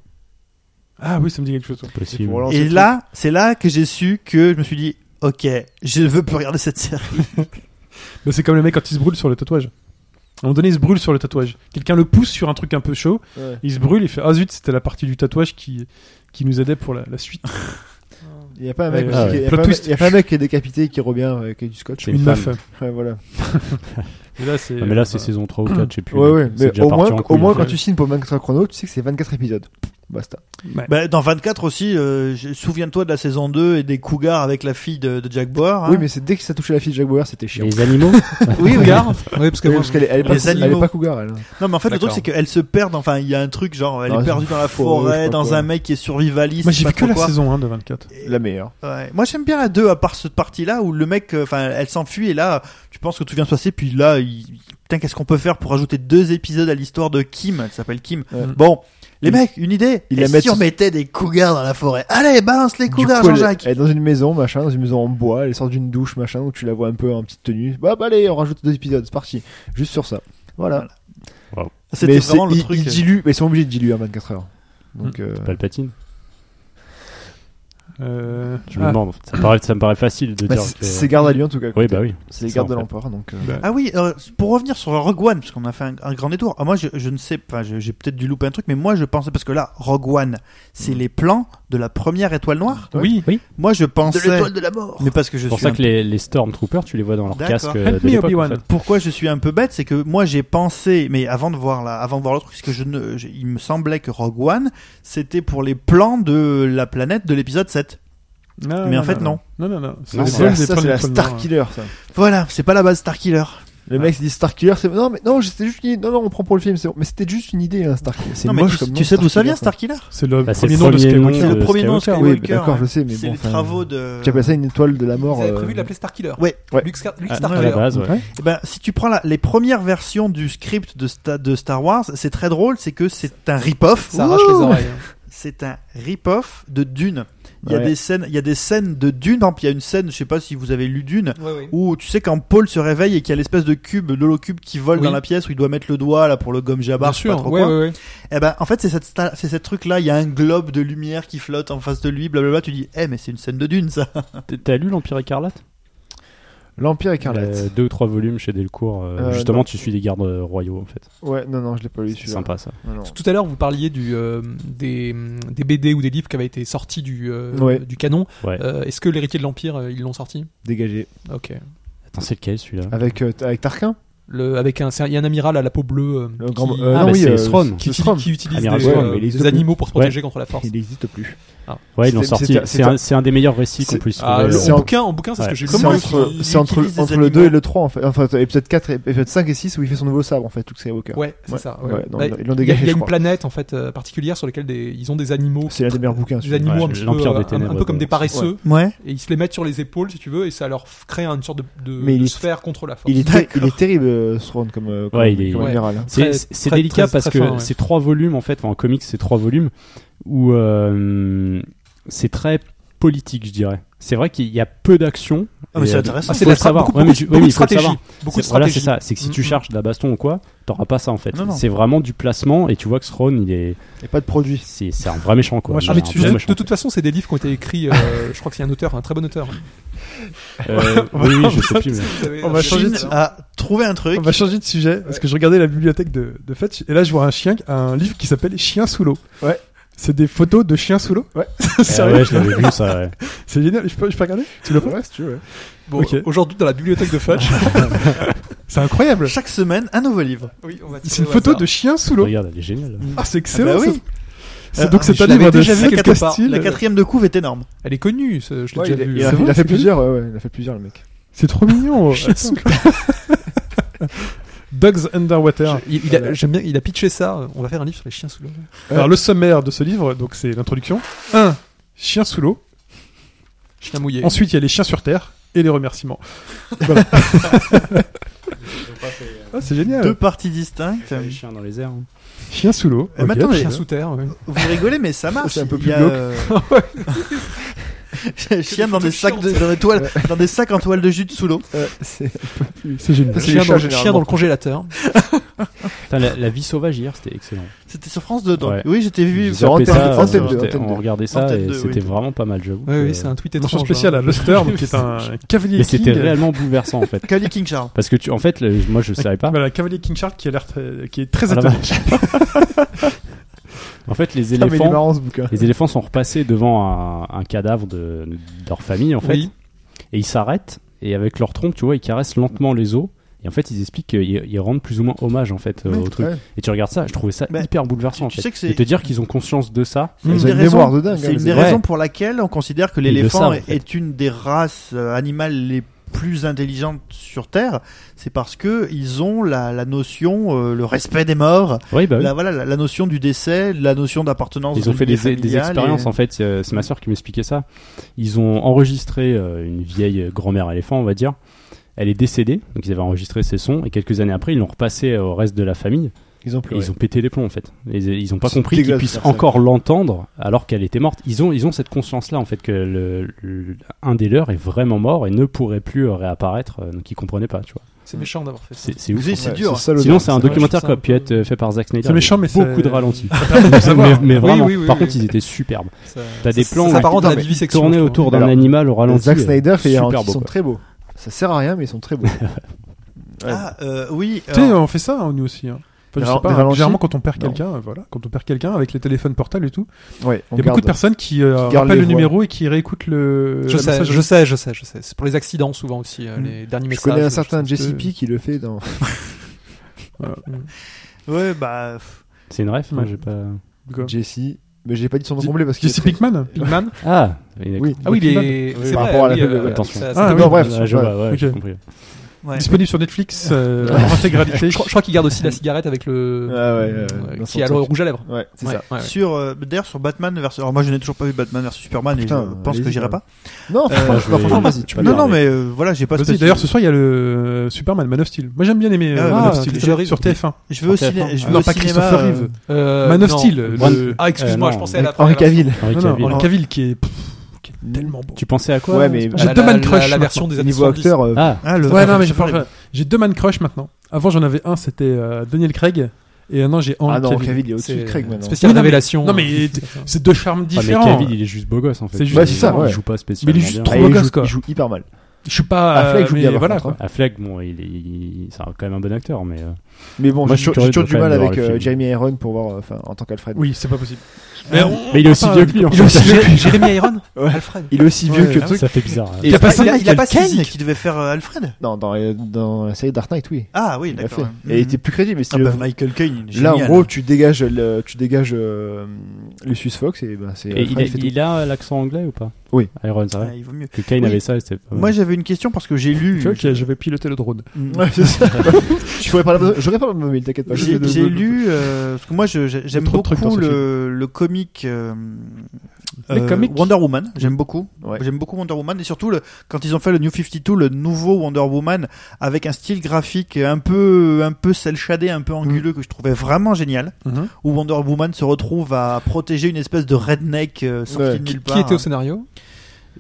S1: Ah oui, ça me dit quelque chose. toi.
S3: Possible.
S2: Pour relancer
S4: Et
S2: le
S4: là, c'est là que j'ai su que je me suis dit, ok, je ne veux plus regarder cette série.
S1: Bah, c'est comme le mec quand il se brûle sur le tatouage. À un moment donné, il se brûle sur le tatouage. Quelqu'un le pousse sur un truc un peu chaud,
S2: truc. Ouais.
S1: il se brûle, il fait Ah zut, c'était la partie du tatouage qui, qui nous aidait pour la, la suite.
S2: Il y a pas un mec,
S1: Ouais,
S2: aussi
S3: ouais.
S2: qui- il y a
S1: Plot
S2: pas un mec-
S1: twist.
S2: il y a pas un mec qui est décapité qui revient avec du scotch.
S3: C'est
S1: Une
S3: une
S1: meuf.
S3: femme.
S2: Ouais, voilà.
S1: Mais là, c'est. bah,
S3: Ah, mais là, c'est
S1: voilà.
S3: saison 3 ou 4, je sais plus.
S2: Ouais, ouais.
S3: C'est
S2: Mais
S3: déjà
S2: au
S3: parti
S2: moins,
S3: en
S2: au
S3: couille,
S2: moins
S3: ouais.
S2: quand tu signes pour 24 chrono, tu sais que c'est 24 épisodes. Basta.
S4: Bah, dans 24 aussi, euh, je- souviens-toi de la saison 2 et des cougars avec la fille de, de Jack Bauer. hein.
S2: Oui, mais c'est dès que ça touchait la fille de Jack Bauer, c'était chiant.
S3: Les
S2: [LAUGHS]
S3: animaux
S5: Oui, regarde. oui, parce que
S2: Oui,
S5: moi,
S2: parce qu'elle est, elle est pas,
S4: Les
S2: elle est
S4: animaux.
S2: pas cougar, elle.
S4: [LAUGHS] Non, mais en fait, le truc,
S5: D'accord.
S4: c'est qu'elle se perd. Enfin, il y a un truc genre, elle
S2: Ah,
S4: est
S2: c'est
S4: perdue dans la
S2: faux, je sais
S4: forêt,
S2: pas
S4: dans
S2: quoi.
S4: un mec qui est survivaliste.
S1: Moi, j'ai
S4: pas
S1: vu que
S4: trop
S1: la
S4: quoi.
S1: saison 1 de 24.
S4: Et-
S2: La meilleure.
S4: ouais. Moi, j'aime bien la 2 à part cette partie-là où le mec, euh, enfin, elle s'enfuit et là, tu penses que tout vient de se passer. Puis là, il... putain, qu'est-ce qu'on peut faire pour ajouter deux épisodes à l'histoire de Kim Elle s'appelle Kim.
S2: Ouais.
S4: Bon, les
S2: Il-
S4: mecs, une idée.
S2: il
S4: Et
S2: la
S4: si
S2: met
S4: on
S2: sous-
S4: mettait des cougars dans la forêt Allez, balance les
S2: Du
S4: cougars,
S2: coup, elle-
S4: Jean-Jacques.
S2: Elle est dans une maison, machin, dans une maison en bois, elle sort d'une douche, machin, donc tu la vois un peu en petite tenue. Bah, bah allez, on rajoute deux épisodes, c'est parti. Juste sur ça. Voilà.
S4: C'était
S2: mais
S4: vraiment
S2: c'est-
S4: le
S2: ils-
S4: truc. euh.
S2: Ils diluent, mais ils sont obligés de diluer à 24 heures.
S3: Hmm.
S2: Donc, euh,
S3: Palpatine.
S1: Euh,
S3: Je
S1: ah,
S3: me demande. Ça, me paraît- ça me paraît facile de
S2: bah,
S3: dire
S2: c'est-
S3: que.
S2: c'est garde à lui en tout cas.
S3: Oui, bah oui.
S2: C'est les
S3: ça,
S2: gardes de
S3: en fait.
S2: l'empereur, donc. euh,
S1: bah,
S4: Ah oui, euh, pour revenir sur Rogue One, parce qu'on a fait un, un grand détour. Ah, moi, je, je ne sais pas, je- j'ai peut-être dû louper un truc, mais moi, je pensais, parce que là, Rogue One, c'est les plans de la première étoile noire.
S1: Oui.
S4: Moi, je pensais.
S2: Mm. de la mort.
S4: Mais parce que je
S3: C'est pour
S4: suis.
S3: ça
S4: un-
S3: que les, les Stormtroopers, tu les vois dans leur
S4: D'accord.
S3: casque. euh,
S1: Help
S3: de
S1: me,
S3: l'époque,
S1: Obi-Wan.
S3: en fait.
S4: Pourquoi je suis un peu bête, c'est que moi, j'ai pensé, mais avant de voir la, avant de voir le truc, parce que je ne, je- il me semblait que Rogue One, c'était pour les plans de la planète de l'épisode 7.
S2: Ah,
S1: Non,
S4: mais en
S1: non,
S4: fait, non.
S1: Non, non, non. C'est
S3: Non,
S1: les
S3: c'est
S1: vols
S2: Ça,
S1: des
S2: ça,
S1: trolls
S2: c'est la
S1: des trolls
S2: Star
S1: noirs.
S2: Killer,
S3: hein.
S2: ça.
S4: Voilà, c'est pas la base Starkiller.
S2: Le mec, il dit Star Killer, c'est. Non, mais non, c'était juste une idée. Non, non, on prend pour le film, c'est bon. Mais c'était juste une idée, hein, Star Killer. C'est
S4: Non, mais
S2: moche
S4: tu,
S2: comme
S4: tu
S2: nom,
S4: sais d'où ça
S2: Star
S4: vient,
S2: Killer,
S4: Starkiller
S1: C'est le
S3: Bah, c'est
S1: premier
S3: le
S1: nom de
S3: premier nom
S1: Skywalker.
S4: C'est le
S3: Euh,
S4: premier nom
S3: Skywalker.
S2: quoi. Oui,
S4: Skywalker.
S2: mais d'accord,
S4: hein.
S2: je sais, mais
S4: C'est
S2: bon.
S4: les
S2: enfin,
S4: travaux de.
S2: Tu appelles ça une étoile de la
S5: ils
S2: mort.
S5: avaient
S2: euh,
S5: prévu de l'appeler Star Killer.
S4: Ouais.
S2: Ouais.
S5: Luke, Scar- Luke
S3: À- à
S5: Starkiller.
S3: la base, Ah, ouais. bah,
S2: Ouais.
S4: Eh ben, si tu prends la- les premières versions du script de, Sta- de Star Wars, c'est très drôle, c'est que c'est un rip-off.
S5: Ça arrache les
S4: Ouh
S5: oreilles.
S4: C'est un rip-off de Dune. Il y a
S2: Ouais.
S4: des scènes, il y a des scènes de Dune. Par exemple, il y a une scène, je sais pas si vous avez lu Dune,
S5: Ouais, ouais.
S4: où tu sais quand Paul se réveille et qu'il y a l'espèce de cube, de l'holocube qui vole
S5: Oui.
S4: dans la pièce où il doit mettre le doigt là pour le gomme jabar,
S5: Bien
S4: je sais pas
S5: sûr.
S4: trop
S5: Ouais,
S4: quoi.
S5: ouais, ouais.
S4: Eh ben, en fait, c'est cette, sta- c'est cette truc là. Il y a un globe de lumière qui flotte en face de lui, blablabla. Tu dis, eh, mais c'est une scène de Dune, ça.
S3: T- T'as lu l'Empire écarlate
S2: L'Empire écarlate.
S3: Euh, Deux ou trois volumes chez Delcourt. euh,
S2: Euh,
S3: justement,
S2: non.
S3: tu suis des gardes euh, royaux en fait.
S2: Ouais, non, non, je l'ai pas lu
S3: C'est
S2: celui-là.
S3: sympa ça.
S2: Non, non.
S5: Tout à l'heure, vous parliez du, euh, des, des BD ou des livres qui avaient été sortis du, euh,
S2: Ouais.
S5: du canon.
S3: Ouais.
S5: Euh, Est-ce que l'héritier de l'Empire, euh, ils l'ont sorti
S2: Dégagé.
S5: Ok.
S2: Ah,
S3: Attends, c'est lequel celui-là
S2: Avec, euh, t- avec Tarquin
S5: Le, avec un, c'est un- il y a un amiral à la peau bleue euh,
S2: Le
S5: qui-
S2: grand-
S5: qui,
S2: euh,
S3: Ah,
S2: non,
S3: bah,
S2: oui,
S3: c'est
S2: euh,
S3: Sron.
S2: qui-
S5: qui-
S2: Strom.
S5: qui utilise
S3: Amiral
S5: des,
S3: Swan,
S5: euh,
S2: mais il
S5: des
S2: existe
S5: animaux pour se
S3: Ouais.
S5: protéger contre la force.
S2: Il n'existe plus.
S3: Ouais, ils l'ont
S2: C'était-
S3: sorti.
S2: c'était-
S3: C'est un, c'est un des meilleurs récits
S2: c'est-
S3: qu'on puisse
S5: Ah,
S3: trouver. euh,
S5: le-
S2: c'est
S5: en
S2: en-
S5: bouquin, en bouquin, c'est ce
S3: Ouais.
S5: que j'ai lu.
S2: C'est
S4: Comment
S2: entre,
S4: est-ce qu'il
S2: c'est entre,
S4: utilise des
S2: entre le
S4: animaux
S2: 2 et le 3, en fait. Enfin, épisode 4, et- épisode 5 et 6, où il fait son nouveau sabre, en fait, Luke Skywalker.
S5: Ouais, c'est
S2: Ouais,
S5: ça.
S2: ouais, non,
S5: Bah,
S2: ils l'ont- ils l'ont
S5: il y a-
S2: dégagé,
S5: Il y
S2: je
S5: a une
S2: crois.
S5: planète en fait euh, particulière sur laquelle des, ils ont des animaux,
S2: C'est l'un des meilleurs bouquins.
S5: des
S2: celui-là.
S5: animaux
S3: Ouais,
S5: un petit peu,
S3: l'Empire
S5: euh,
S3: des
S5: un- un,
S3: Ténèbres
S5: peu comme
S3: de-
S5: des paresseux,
S4: Ouais.
S5: et ils se les mettent sur les épaules si tu veux, et ça leur f- crée une sorte de, de,
S2: Mais il
S5: de
S2: est-
S5: sphère contre la force.
S2: Il est, ter-
S4: D'accord.
S2: il est terrible, euh, Sron, comme, euh, comme,
S3: Ouais, il est-
S2: comme
S5: ouais.
S2: amiral. hein.
S5: Très-
S3: C'est- C'est c'est
S5: très-
S3: délicat
S5: très-
S3: parce que
S5: très fin, ouais.
S3: c'est trois volumes en fait, enfin, en comics c'est trois volumes où euh, c'est très politique je dirais. C'est vrai qu'il y a peu d'action.
S4: Ah, mais
S3: Et,
S4: c'est
S3: euh,
S4: intéressant.
S5: Ah,
S3: faut
S5: c'est
S3: le
S5: la stra-
S3: savoir.
S5: beaucoup,
S3: Ouais, mais
S5: beaucoup-
S3: tu- oui,
S5: beaucoup
S3: mais
S5: de
S3: il faut le
S5: stratégie.
S3: savoir.
S5: Beaucoup de
S3: C'est- Voilà, c'est
S5: stratégie.
S3: ça. C'est que si tu
S5: Mm, mm.
S3: cherches de la baston ou quoi, t'auras pas ça en fait.
S4: Non, non.
S3: C'est vraiment du placement et tu vois que Sron, il est,
S2: Il n'y a pas de produit.
S3: c'est c'est un vrai méchant quoi.
S1: Moi, je-
S5: Ah,
S3: Il
S5: mais
S3: est un
S5: tu-
S3: vrai
S5: de,
S3: méchant.
S5: de toute façon, c'est des livres qui ont été écrits. euh, je crois que c'est un auteur, un très bon auteur.
S3: Euh, oui, oui, je sais plus. mais-
S5: Vous avez-
S1: On va
S5: vous avez-
S1: changer
S4: Chine a trouvé un
S5: Ah,
S4: truc.
S5: bah,
S1: On va changer de sujet parce que je regardais la bibliothèque de, de Fetch et là je vois un chien, un livre qui s'appelle Chien sous l'eau.
S2: Ouais.
S1: C'est des photos de chiens sous l'eau.
S2: Ouais.
S1: [LAUGHS] Sérieux
S3: Ah ouais, je l'avais vu ça. ouais.
S1: C'est génial. Je peux, je peux regarder Tu le prends
S2: Ouais, si tu veux.
S5: Bon,
S1: Ok.
S5: Aujourd'hui, dans la bibliothèque de Fudge,
S1: C'est incroyable.
S4: Chaque semaine, un nouveau livre.
S5: Oui, on va tirer
S1: C'est une
S5: au
S1: photo
S5: hasard.
S1: de chien sous l'eau.
S3: Regarde, elle est géniale.
S1: Ah, c'est
S4: Ah
S1: excellent.
S4: bah oui.
S1: ça. C'est donc
S4: Euh,
S1: cet
S4: je l'avais
S1: livre de
S4: déjà vu
S1: Seth
S4: quelque part.
S1: Castile.
S4: La quatrième de couve est énorme.
S5: Elle est connue, ce- je l'ai
S2: Ouais, il,
S5: déjà
S2: a-
S5: vue.
S2: il a,
S1: C'est
S2: il a
S1: vrai,
S2: fait
S1: c'est
S2: plusieurs, ouais, ouais, il a fait plusieurs, le mec.
S1: C'est trop
S4: [LAUGHS]
S1: mignon.
S5: Chien sous l'eau.
S1: Dogs Underwater.
S5: Je- il- il a- J'aime bien, il a pitché ça. On va faire un livre sur les chiens sous l'eau.
S1: Alors le sommaire de ce livre, donc c'est l'introduction. 1. Chien sous l'eau.
S5: Chien mouillé.
S1: Ensuite, il y a les chiens sur terre et les
S4: [LAUGHS]
S1: remerciements. Voilà. [LAUGHS] ah, c'est génial.
S4: Deux parties distinctes.
S3: Les chiens dans les airs. hein.
S1: Chien sous l'eau.
S4: Euh, mais attends,
S1: Ok,
S4: mais-
S1: très
S5: Chien
S1: bien.
S5: sous terre. oui.
S4: Vous rigolez, mais ça marche.
S2: C'est un peu
S4: Il
S2: plus
S4: y a,
S2: glauque.
S4: [LAUGHS] euh, Chien dans des sacs, de- dans des toiles, dans des sacs en toile de jute sous l'eau.
S2: Euh, c'est
S1: C'est génial.
S2: c'est les
S5: Chien
S2: chats,
S5: dans, chien
S2: généralement.
S5: dans le congélateur.
S3: Putain, la, la vie sauvage hier, c'était excellent.
S4: C'était sur France 2, donc.
S3: Ouais.
S4: Oui, j'étais vu.
S3: J'ai
S2: sur
S3: zappé
S2: Antenne-
S3: ça,
S2: Antenne deux,
S3: j'étais-
S2: Antenne
S3: on
S2: deux.
S3: regardait ça
S4: Antenne
S3: et
S4: deux, oui.
S3: c'était vraiment pas mal, j'avoue.
S5: Oui,
S3: Euh,
S5: oui, c'est un tweet
S1: Mention
S5: étrange.
S1: spéciale
S5: hein.
S1: à Luster, qui est
S4: [LAUGHS]
S1: un cavalier
S3: Mais
S1: king.
S3: c'était réellement bouleversant en fait.
S4: Kali King Charles.
S3: Parce que tu, en fait, le- moi je savais pas.
S1: Voilà, Bah, cavalier king shark qui a l'air très- qui est très
S3: Ah, la
S1: étonné.
S3: En fait, les
S2: Ah, mais il est
S3: éléphants,
S2: marrant ce bouquin.
S3: les éléphants sont repassés devant un, un cadavre de, de leur famille en fait,
S5: Oui.
S3: et ils s'arrêtent et avec leur trompe, tu vois, ils caressent lentement les os. Et en fait, ils expliquent qu'ils ils rendent plus ou moins hommage en fait euh,
S4: Ouais,
S3: au truc.
S2: Ouais.
S3: Et tu regardes ça, je trouvais ça
S4: Mais
S3: hyper bouleversant.
S4: tu
S3: en
S4: sais
S3: fait.
S4: que c'est-
S3: Et te dire qu'ils ont conscience de ça.
S4: C'est une
S2: Ils ont
S4: des
S2: une
S4: raisons-
S2: mémoire de dingue.
S4: C'est
S2: hein,
S4: une
S2: les
S4: des
S2: éléphants.
S3: Ouais.
S4: raisons pour laquelle on considère que
S3: Ils le
S4: l'éléphant
S3: savent, en
S4: est,
S3: fait.
S4: est une des races euh, animales les plus intelligentes sur Terre. C'est parce que ils ont la, la notion, euh, le respect des morts,
S3: Oui, bah oui.
S4: la, voilà, la, la notion du décès, la notion d'appartenance.
S3: Ils ont fait des, des
S4: familiale et-
S3: expériences en fait. Euh, C'est ma sœur qui m'expliquait ça. Ils ont enregistré euh, une vieille grand-mère éléphant, on va dire. Elle est décédée, donc ils avaient enregistré ses sons et quelques années après, ils l'ont repassé euh, au reste de la famille.
S2: Ils ont
S3: Et
S2: plus.
S3: Ils ont pété les plombs en fait. Ils, ils ont pas
S2: C'est
S3: compris qu'ils
S2: dégueulasse de
S3: puissent
S2: faire ça.
S3: encore l'entendre alors qu'elle était morte. Ils ont ils ont cette conscience là en fait que le, le- un des leurs est vraiment mort et ne pourrait plus euh, réapparaître. euh, Donc ils comprenaient pas, tu vois.
S5: C'est méchant d'avoir fait ça.
S3: C'est c'est ouf.
S4: C'est- c'est dur.
S3: Sinon, c'est un
S5: vrai,
S3: documentaire
S5: je
S3: qui a
S5: trouve ça
S3: pu
S5: un
S3: être
S5: peu-
S3: euh, fait par Zack Snyder.
S1: C'est méchant, mais
S3: beaucoup
S1: c'est-
S3: de
S5: [LAUGHS]
S3: ralentis.
S1: Ça permet de savoir.
S3: [LAUGHS] mais, mais
S5: Oui,
S3: vraiment.
S5: oui, oui,
S3: Par
S5: oui.
S3: contre, ils étaient superbes.
S5: Ça-
S3: T'as des
S5: ça-
S3: plans
S5: Ça
S3: où
S5: s'apparente
S2: ils
S5: à la
S2: tournent-
S5: vivisection.
S3: Tourner
S5: je trouve.
S3: autour d'un
S2: Alors,
S3: animal au ralenti.
S2: Zack
S3: euh,
S2: Snyder fait des
S3: super
S2: ralentis, ils
S3: beau,
S2: sont
S3: quoi.
S2: très beaux. Ça sert à rien, mais ils sont très beaux.
S4: Ah euh, oui.
S1: Tu sais,
S4: alors-
S1: on fait ça, hein, nous aussi. hein. Enfin, je
S2: Alors,
S1: sais pas,
S2: des
S1: hein,
S2: ralentis
S1: généralement quand on perd
S2: Non.
S1: quelqu'un, euh, voilà, quand on perd quelqu'un avec les téléphones portables et tout,
S2: Ouais, on
S1: il y a beaucoup
S2: garde.
S1: de personnes qui, euh,
S2: gardent
S1: rappellent
S2: les
S1: le
S2: voix.
S1: numéro et qui réécoutent le.
S5: Je
S1: la
S5: sais,
S1: messagerie.
S5: je sais, je sais, je sais. C'est pour les accidents souvent aussi, euh,
S1: Mm.
S5: les derniers
S2: Je
S5: messages.
S2: connais un
S5: je
S2: certain
S5: pense que-
S2: JCP qui le fait dans.
S4: Ouais, bah. pff,
S3: C'est une ref,
S1: Ouais.
S3: moi j'ai pas.
S1: Quoi
S2: JC. Mais j'ai pas dit son nom
S1: J-
S2: complet parce qu'il.
S1: Jesse
S2: est très-
S1: Pinkman
S5: Pigman
S3: Ah, d'accord.
S2: Oui.
S5: Ah oui, il
S1: Pigman.
S5: est.
S2: Oui,
S5: c'est
S2: par
S5: vrai,
S2: rapport à
S5: oui,
S2: la-
S5: euh,
S3: attention.
S5: ça-
S1: Ah,
S5: ça-
S1: oui.
S2: Non, bref.
S3: Ah, je
S2: ouais.
S3: vois, ouais, j'ai
S1: Ok.
S3: compris.
S4: ouais.
S1: Disponible sur Netflix euh, en intégralité.
S5: Je crois, je crois qu'il garde aussi la cigarette avec le.
S2: Ah ouais, euh,
S5: euh,
S2: dans son
S5: qui a le
S2: truc.
S5: rouge à lèvres.
S2: Ouais, c'est
S5: Ouais,
S2: ça.
S5: ouais, ouais.
S4: Sur euh, d'ailleurs sur Batman versus. Alors moi je n'ai toujours pas vu Batman versus Superman. et
S2: Putain,
S4: je pense que
S2: allez-y,
S4: j'irai
S2: ouais.
S4: pas.
S2: Non,
S4: Euh,
S2: franchement,
S3: je vais-
S2: franchement, vas-y, tu peux
S3: Ouais,
S4: non
S2: dire.
S4: non
S3: ouais.
S4: mais euh, voilà j'ai pas.
S1: Vas-y,
S4: spécial-
S1: D'ailleurs, ce soir, il y a le euh, Superman Man of Steel. Moi, j'aime bien aimer euh,
S4: Ah,
S1: Man of
S5: ah,
S1: Steel.
S5: Christopher Reeve.
S1: Sur TF1.
S4: je veux au
S3: Sur
S4: ciné-
S3: TF1.
S4: je veux
S1: Non,
S4: au
S1: pas
S4: cinéma,
S1: Christopher
S4: euh,
S1: Reeve.
S5: Euh,
S1: Man of
S5: non.
S1: Steel. le-
S3: Bran-
S5: Ah, excuse-moi,
S3: Euh,
S5: je
S3: non.
S5: pensais à la
S2: Henri
S5: première
S2: Cavill.
S3: Henri
S1: Non, non,
S3: Cavill.
S1: Henry Cavill qui est, pff, qui est tellement beau.
S3: Tu pensais à quoi
S2: Ouais,
S3: là,
S2: mais-
S3: en ce
S5: version.
S1: J'ai
S3: moment
S5: La-
S1: deux
S5: la-
S1: man
S5: la-
S1: crush
S5: La version des années
S2: Niveau
S5: 70.
S2: acteur, euh,
S3: Ah,
S4: Ah le.
S1: Ouais, non, mais j'ai
S4: Christopher
S1: pas- j'ai deux man crush maintenant. Avant, j'en avais un, c'était euh, Daniel Craig. Et maintenant, j'ai Henry
S2: Ah non,
S1: Cavill.
S2: Cavill, il est au-dessus de
S5: C'est
S2: Craig maintenant.
S5: spéciale
S1: Oui, non, mais-
S5: révélation.
S1: non, mais- C'est deux charmes
S3: Ah, mais
S1: différents.
S3: Cavill, il est juste beau gosse en fait.
S1: C'est juste-
S2: Ouais, c'est ça, ouais.
S3: Il joue pas spécialement.
S1: Mais il est juste
S3: bien.
S1: trop-
S2: Ah, il
S1: gosse,
S2: joue-
S1: quoi.
S2: Il joue hyper mal.
S1: Je suis pas.
S2: Ah, Flake joue
S1: mais
S2: bien, par
S1: voilà,
S2: contre,
S1: quoi.
S3: Affleck, bon, il est, il- c'est quand même un bon acteur, mais euh,
S2: Mais bon,
S3: Moi, je
S2: j'ai
S3: suis
S2: toujours j'ai
S3: curieux de
S2: toujours du
S3: quand
S2: mal
S3: même voir
S2: avec
S3: le
S2: euh,
S3: film.
S2: Jeremy Iron pour voir, euh, enfin, en tant qu'Alfred.
S1: Oui, c'est pas possible. Mais, on-
S3: mais il est aussi
S1: enfin,
S3: vieux que lui. En
S5: Il est aussi
S3: fait.
S5: vieux que Jérémy Iron
S2: Ouais.
S5: Alfred.
S2: Il est aussi vieux
S1: Ouais,
S2: que
S1: ah
S2: le truc.
S3: Ça fait bizarre. hein.
S2: Et
S1: T'as
S4: Il a
S1: pas
S4: pas,
S1: ça
S4: il a, Ah, il a pas
S1: Ken
S4: Ken qui devait faire euh, Alfred
S2: Non, dans, euh, dans la série Dark Knight, oui.
S4: Ah oui,
S2: Il l'a
S4: d'accord.
S2: fait. Et il était plus crédible. Mais si
S4: Ah
S2: tu
S4: bah,
S2: veux-
S4: Michael Caine, il est
S2: Là, en
S4: génial.
S2: gros, tu dégages le, tu dégages euh, Lucius Fox et ben, c'est.
S3: Et il,
S2: Alfred,
S3: est-
S2: il fait tout.
S3: il a l'accent anglais ou pas
S2: Oui.
S3: Iron, c'est
S4: Ouais,
S3: vrai.
S4: il vaut mieux.
S3: Que Kane
S4: Oui.
S3: avait ça, et c'était. pas mal.
S4: Moi, j'avais une question parce que j'ai lu.
S1: Tu vois que j'avais piloté le drone.
S2: Ouais, c'est ça. [LAUGHS] Je ferais pas la- J'aurais pas le mobile, t'inquiète pas.
S4: J'ai
S1: de-
S4: j'ai
S1: de-
S4: lu euh, parce que moi je- j'ai- j'aime
S1: trop de trucs
S4: beaucoup
S1: dans ce
S4: le, le comic euh,
S1: Le
S4: euh,
S1: comic
S4: Wonder Woman, j'aime beaucoup.
S2: Ouais.
S4: J'aime beaucoup Wonder Woman et surtout le, quand ils ont fait le New 52, le nouveau Wonder Woman avec un style graphique un peu un peu cel shadé, un peu anguleux
S1: Mm.
S4: que je trouvais vraiment génial
S1: Mm-hmm.
S4: où Wonder Woman se retrouve à protéger une espèce de redneck euh, sorti
S2: Ouais.
S4: de
S5: Qui,
S4: nulle
S5: qui
S4: part.
S5: était au scénario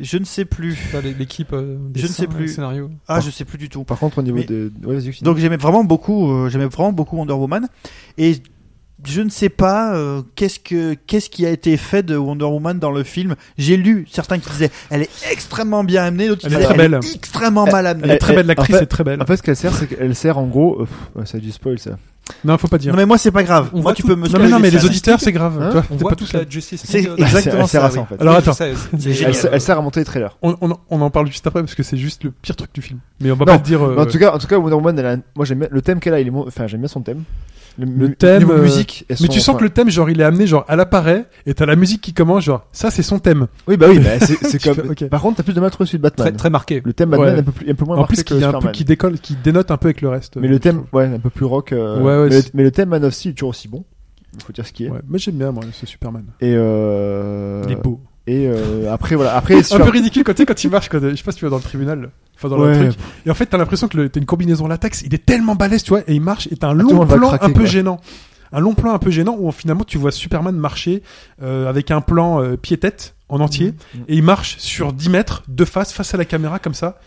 S4: Je ne sais plus.
S5: Pas l'é- L'équipe. euh,
S4: Je ne
S5: dessin
S4: sais plus.
S5: et Scénario.
S4: Ah, je sais plus du tout.
S2: Par contre, au niveau
S4: Mais-
S2: de. Ouais, vas-y, continue.
S4: Donc j'aimais vraiment beaucoup, euh, j'aimais vraiment beaucoup Wonder Woman et je ne sais pas euh, qu'est-ce que qu'est-ce qui a été fait de Wonder Woman dans le film. J'ai lu certains qui disaient elle est extrêmement bien amenée, d'autres qui
S1: Elle est
S4: disaient
S1: très belle.
S4: extrêmement mal amenée.
S1: Elle est très
S2: elle-
S1: belle, l'actrice
S2: en fait-
S1: est très belle.
S2: Après, ce qu'elle sert, c'est qu'elle sert en gros. euh, pff, ouais, ça a du spoil, ça.
S1: Non, faut pas dire.
S4: Non mais moi c'est pas grave.
S5: On
S4: moi
S5: voit
S4: tu
S5: tout-
S4: peux me
S1: Non, mais, non, mais
S4: spoiler
S1: les
S4: ça.
S1: auditeurs, c'est grave.
S2: Hein
S1: tu vois,
S5: On
S1: t'es
S5: voit
S1: pas tout
S5: toute la Justice
S4: C'est
S5: League, euh,
S2: Elle sert-
S4: exactement
S2: elle sert
S4: ça,
S2: à ça,
S4: oui.
S2: en fait.
S1: Alors,
S5: Oui,
S1: attends.
S5: je sais,
S4: C'est
S5: c'est
S4: génial.
S2: Elle,
S5: génial.
S2: sert- elle sert à monter les trailers.
S1: On, on- on en parle juste après parce que c'est juste le pire truc du film. Mais on va
S2: Non.
S1: pas le dire. euh,
S2: Mais En tout cas, en tout cas, Wonder Woman, elle a un- moi j'aime bien le thème qu'elle a. Il est, mon- enfin, j'aime bien son thème. Le, mu-
S1: thème,
S2: niveau
S1: euh,
S2: musique. elles
S1: mais
S2: sont-
S1: tu sens
S2: enfin,
S1: que le thème, genre, il est amené, genre, à l'appareil, et t'as la musique qui commence, genre, ça, c'est son thème.
S2: Oui, [LAUGHS] bah oui, bah, c'est c'est
S1: Tu
S2: comme.
S1: fais, ok.
S2: Par contre, t'as plus de mal trouver celui de
S5: Très,
S2: Batman.
S5: très marqué.
S2: Le thème Batman
S1: Ouais.
S2: est un peu plus, un peu moins
S1: en
S2: marqué
S1: plus,
S2: que
S1: qu'il y a un peu
S2: Superman.
S1: qui décolle, qui dénote un peu avec le reste.
S2: Mais
S1: euh,
S2: le
S1: je
S2: thème,
S1: trouve.
S2: ouais, un peu plus rock. euh,
S1: Ouais, ouais,
S2: mais, le,
S1: c'est-
S2: mais le thème Man of Steel est toujours aussi bon. Il faut dire ce qui est.
S1: Ouais, moi j'aime bien, moi, ce Superman.
S2: Et euh...
S1: Il est beau.
S2: Et euh,
S1: [LAUGHS]
S2: après voilà, après
S1: Un
S2: sur-
S1: peu ridicule quand tu sais, quand il marche, quand, euh, je sais pas si tu vas dans le tribunal, enfin dans
S2: Ouais.
S1: le truc. Et en fait, t'as l'impression que le- t'as une combinaison latex, il est tellement balèze, tu vois, et il marche, et t'as un
S2: Ah, tout le
S1: long
S2: monde va
S1: plan
S2: craquer,
S1: un peu
S2: quoi.
S1: gênant. Un long plan un peu gênant où finalement tu vois Superman marcher euh, avec un plan euh, pied-tête en entier,
S2: Mhm.
S1: et il marche sur 10 mètres de face, face à la caméra, comme ça.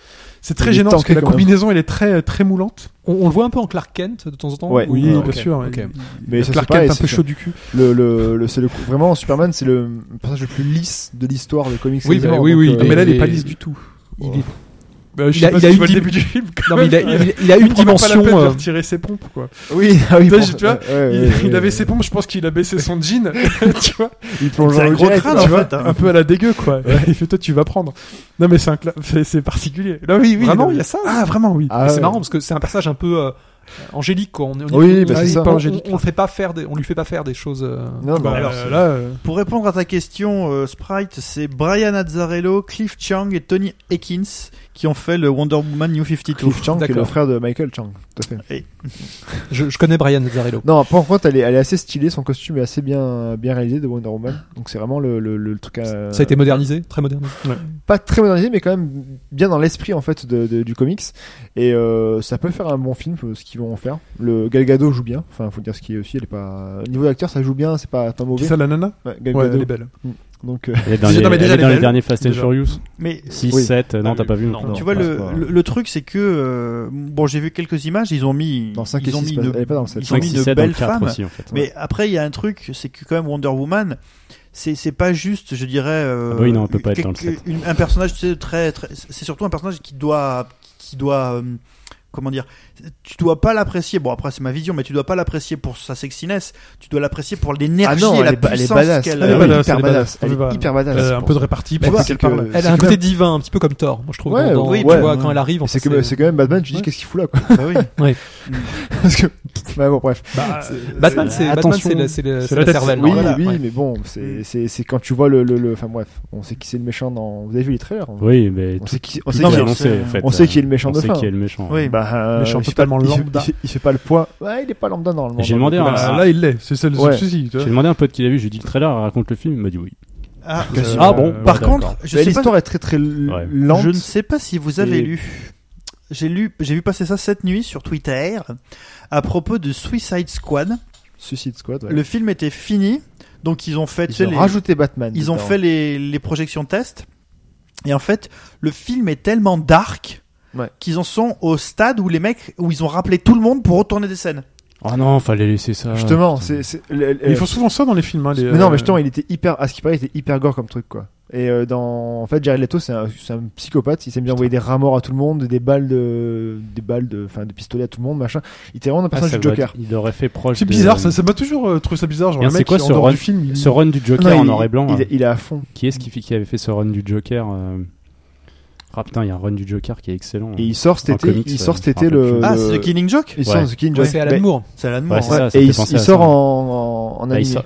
S1: C'est
S2: Il
S1: très
S2: est
S1: gênant parce que
S2: tanké,
S1: la
S2: quand même.
S1: combinaison elle est très très moulante.
S5: On, on le voit un peu en Clark Kent de temps en temps.
S2: Ouais.
S5: ou-
S1: Oui,
S5: Ah,
S1: bien
S5: ok,
S1: sûr.
S5: ok.
S2: mais ça, c'est
S1: Clark
S2: pareil,
S1: Kent un
S2: c'est
S1: peu
S2: ça.
S1: chaud du cul.
S2: le, le, le- c'est le coup- vraiment Superman c'est le personnage le plus lisse de l'histoire de comics.
S5: Oui,
S2: c'est
S5: bah,
S2: vrai,
S5: oui,
S2: donc,
S5: oui,
S2: euh,
S1: Non, mais là, il est
S5: Et-
S1: pas lisse du tout.
S5: Il est-
S1: Bah, je
S5: Il
S1: sais
S5: a-
S1: pas
S5: il
S1: si
S5: a
S1: tu
S5: une
S1: vois le
S5: dim-
S1: début du film. quand
S5: Non, mais il [LAUGHS] a,
S1: même.
S5: il, il a une
S1: prend pas la
S5: dimension.
S1: peine de
S5: euh,
S1: retirer ses pompes quoi.
S2: [LAUGHS] oui, ah oui,
S1: Toi,
S2: bon,
S1: je- tu vois,
S2: [LAUGHS] ouais,
S1: il,
S2: ouais, ouais,
S1: il avait
S2: ouais.
S1: ses pompes, je pense qu'il avait ses son jean, tu vois,
S2: il plonge
S4: C'est
S2: dans
S4: un
S2: le
S4: gros
S2: direct,
S4: crâne,
S2: tu
S4: en
S2: vois.
S4: fait, hein.
S1: un peu à la dégueu quoi. Il fait toi tu vas prendre. Non mais c'est un cla- c'est c'est particulier. Non, oui, oui,
S5: Vraiment,
S1: non,
S5: il y
S1: mais-
S5: a ça.
S1: Ah vraiment oui.
S2: Ah,
S5: Mais c'est
S2: ouais.
S5: marrant parce que c'est un personnage un peu euh, angélique quoi. On, on-
S2: Oui,
S5: on-
S2: bah,
S5: on-
S2: c'est
S5: on-
S2: ça.
S5: on-
S1: Angélique.
S5: on le fait pas faire des- on lui fait pas faire des choses. euh,
S2: Non,
S1: Bah,
S2: non,
S1: alors,
S2: alors,
S1: là euh,
S4: Pour répondre à ta question, euh, Sprite, c'est Brian Azzarello, Cliff Chang et Tony Ekins qui ont fait le Wonder Woman New 52.
S2: Cliff Chang qui est le
S5: D'accord.
S2: frère de Michael Chang, tout à fait.
S5: Je, je connais Brian Azzarello.
S2: Non, par contre, elle est, elle est assez stylée, son costume est assez bien, bien réalisé de Wonder Woman. Donc c'est vraiment le, le, le, le truc. à-
S5: Ça a été modernisé, très modernisé.
S2: pas très modernisé, mais quand même bien dans l'esprit en fait de- de- du comics. Et euh, ça peut faire un bon film, euh, ce qu'ils vont en faire. Le Galgado joue bien. Enfin, faut dire ce qui est aussi. Elle est pas au niveau d'acteur, ça joue bien. C'est pas tant
S1: c'est
S2: mauvais.
S1: ça la nana
S2: Ouais, Gal
S1: Ouais,
S2: Gadot.
S1: elle est belle.
S2: Donc euh,
S3: Elle est dans,
S1: Déjà,
S3: les,
S1: non, mais
S3: elle
S1: déjà,
S3: est
S1: elle est
S3: dans les
S1: belle.
S3: derniers Fast and
S1: Déjà.
S3: Furious.
S4: Mais
S3: 6,
S2: Oui.
S3: 7, euh, non,
S1: Ah,
S3: t'as
S1: oui.
S3: pas vu.
S5: Non.
S3: non.
S4: tu vois,
S2: ouais,
S4: le,
S2: c'est pas-
S4: le, le truc, c'est que. euh, bon, j'ai vu quelques images, ils ont mis.
S2: dans 5 et
S4: ils ont
S2: 6,
S4: mis
S2: pas-
S4: une-
S2: elle est pas dans le 7.
S4: ils ont
S3: 5,
S4: mis
S3: 6,
S4: de
S3: 7, dans le
S4: belles
S3: 4
S4: femmes.
S3: aussi, en fait.
S4: Mais après, il y a un truc, c'est que quand même Wonder Woman, c'est c'est pas juste, je dirais. euh,
S3: Ah bah oui, non, on peut pas être
S4: quelque-
S3: dans le set.
S4: une- un personnage, tu sais, très, très. C'est surtout un personnage qui doit, qui doit. euh, comment dire Tu dois pas l'apprécier. Bon, après, c'est ma vision, mais tu dois pas l'apprécier pour sa sexiness. Tu dois l'apprécier pour l'énergie
S2: Ah non,
S4: et la
S2: elle est ba- elle est
S4: puissance
S2: badass. Ah
S4: qu'elle.
S1: Elle est
S2: oui,
S1: badass,
S2: hyper
S1: elle est
S2: badass.
S1: badass.
S2: Elle est
S1: On va-
S2: hyper badass,
S1: Euh,
S2: c'est
S1: un
S2: pour
S1: peu de
S2: ça.
S1: répartie
S2: Mais
S1: pour
S2: c'est
S1: qu'elle
S2: que-
S1: parle.
S5: Elle
S2: c'est
S5: a un
S2: quand
S5: côté
S2: même-
S5: divin, un petit peu comme Thor. Moi, je trouve.
S2: Ouais,
S5: dans- dans-
S4: oui,
S5: tu
S2: ouais.
S5: vois, quand elle arrive, en
S2: C'est
S5: fait,
S2: que- c'est quand même Batman, tu dis qu'est-ce qu'il fout là quoi. [LAUGHS]
S4: Bah oui.
S2: Parce que bah bon bref.
S1: Bah,
S5: Batman, c'est Batman,
S2: Attention.
S5: c'est la, c'est la-
S1: C'est
S5: c'est
S1: la
S5: la
S1: tête.
S5: cervelle. hein,
S2: oui,
S5: Voilà,
S2: oui,
S5: ouais.
S2: mais bon,
S4: Mm.
S2: c'est c'est c'est quand tu vois le le le- enfin bref, on sait qui c'est le méchant dans vous avez vu les trailers. hein
S3: Oui, mais
S2: On
S3: tout
S2: sait qui on
S3: est
S2: sait
S4: Non,
S2: qui
S4: mais
S3: annoncé,
S4: on
S3: en fait.
S2: on sait qui est le méchant
S3: euh, On
S2: de
S3: sait
S2: fin.
S3: qui est le méchant.
S4: Oui.
S2: Bah, euh,
S1: Méchant
S2: il fait
S1: totalement
S2: pas- il fait-
S1: lambda.
S2: Il fait, il fait pas le poids. Ouais, il est pas lambda normalement.
S3: J'ai
S2: dans
S3: demandé
S2: le-
S3: un-
S1: Bah, là il l'est, c'est ça le
S2: Ouais.
S1: souci. tu vois.
S3: J'ai demandé à un pote qui l'a vu, j'ai dit le trailer raconte le film, il m'a dit oui.
S4: Ah,
S1: Euh,
S3: Ah bon,
S1: ouais,
S4: par
S1: d'accord.
S4: contre, je
S2: Mais
S4: sais pas
S2: l'histoire est très très l-
S3: Ouais.
S2: lente.
S4: Je ne sais pas si vous avez
S2: Et-
S4: lu. J'ai lu, j'ai vu passer ça cette nuit sur Twitter à propos de Suicide Squad.
S2: Suicide Squad. ouais.
S4: Le film était fini, donc ils ont fait, tu sais,
S2: Ils ont
S4: les-
S2: rajouté Batman.
S4: ils ont
S2: dedans.
S4: fait les, les projections test. Et en fait, le film est tellement dark
S2: Ouais.
S4: qu'ils en sont au stade où les mecs, où ils ont rappelé tout le monde pour retourner des scènes.
S3: Oh non, fallait laisser ça.
S2: Justement, c'est c'est. le- le-
S1: Ils font souvent ça dans les films. hein, les,
S2: Mais non,
S1: euh,
S2: mais justement, il était hyper. À ce qui paraît, il était hyper gore comme truc quoi. Et euh, dans, en fait, Jared Leto, c'est un, c'est un psychopathe. Il s'aime bien envoyer des rats morts à tout le monde, des balles de, des balles de, enfin, de pistolet à tout le monde, machin. Il était vraiment un
S3: Ah,
S2: personnage
S3: ça
S2: du
S3: doit
S2: Joker.
S3: être- Il aurait fait proche.
S1: C'est
S3: de-
S1: bizarre, ça ça m'a toujours euh, trouvé ça bizarre. Genre,
S3: Merde,
S1: le
S3: c'est
S1: mec,
S3: quoi
S1: qui,
S3: ce
S1: en dehors
S3: run-
S1: du film, il-
S3: Ce run du Joker
S2: Non, il-
S3: en noir et blanc. hein.
S2: Il,
S3: là.
S2: est- il est à fond.
S3: Qui est-ce qui, fait- qui avait fait ce run du Joker euh, Ah putain, il y a un run du Joker qui est excellent. hein.
S2: Et il sort cet
S3: En
S2: été,
S3: comics,
S2: il sort
S3: euh,
S2: cet
S3: je
S2: été
S3: me rappelle
S2: le.
S3: plus.
S4: Ah,
S2: le-
S4: c'est The Killing Joke
S2: Il sort
S3: Ouais.
S2: The Killing
S5: Ouais,
S2: Joke.
S5: c'est Alan
S2: Ben,
S5: Moore.
S4: C'est Alan
S3: Ouais,
S4: Moore.
S3: c'est
S4: ouais.
S3: ça,
S2: ouais,
S3: ça
S2: et
S3: fait
S2: il,
S3: penser
S2: il
S3: à
S2: sort
S3: ça.
S2: en, en, en
S3: Bah, il
S2: animé
S3: sort-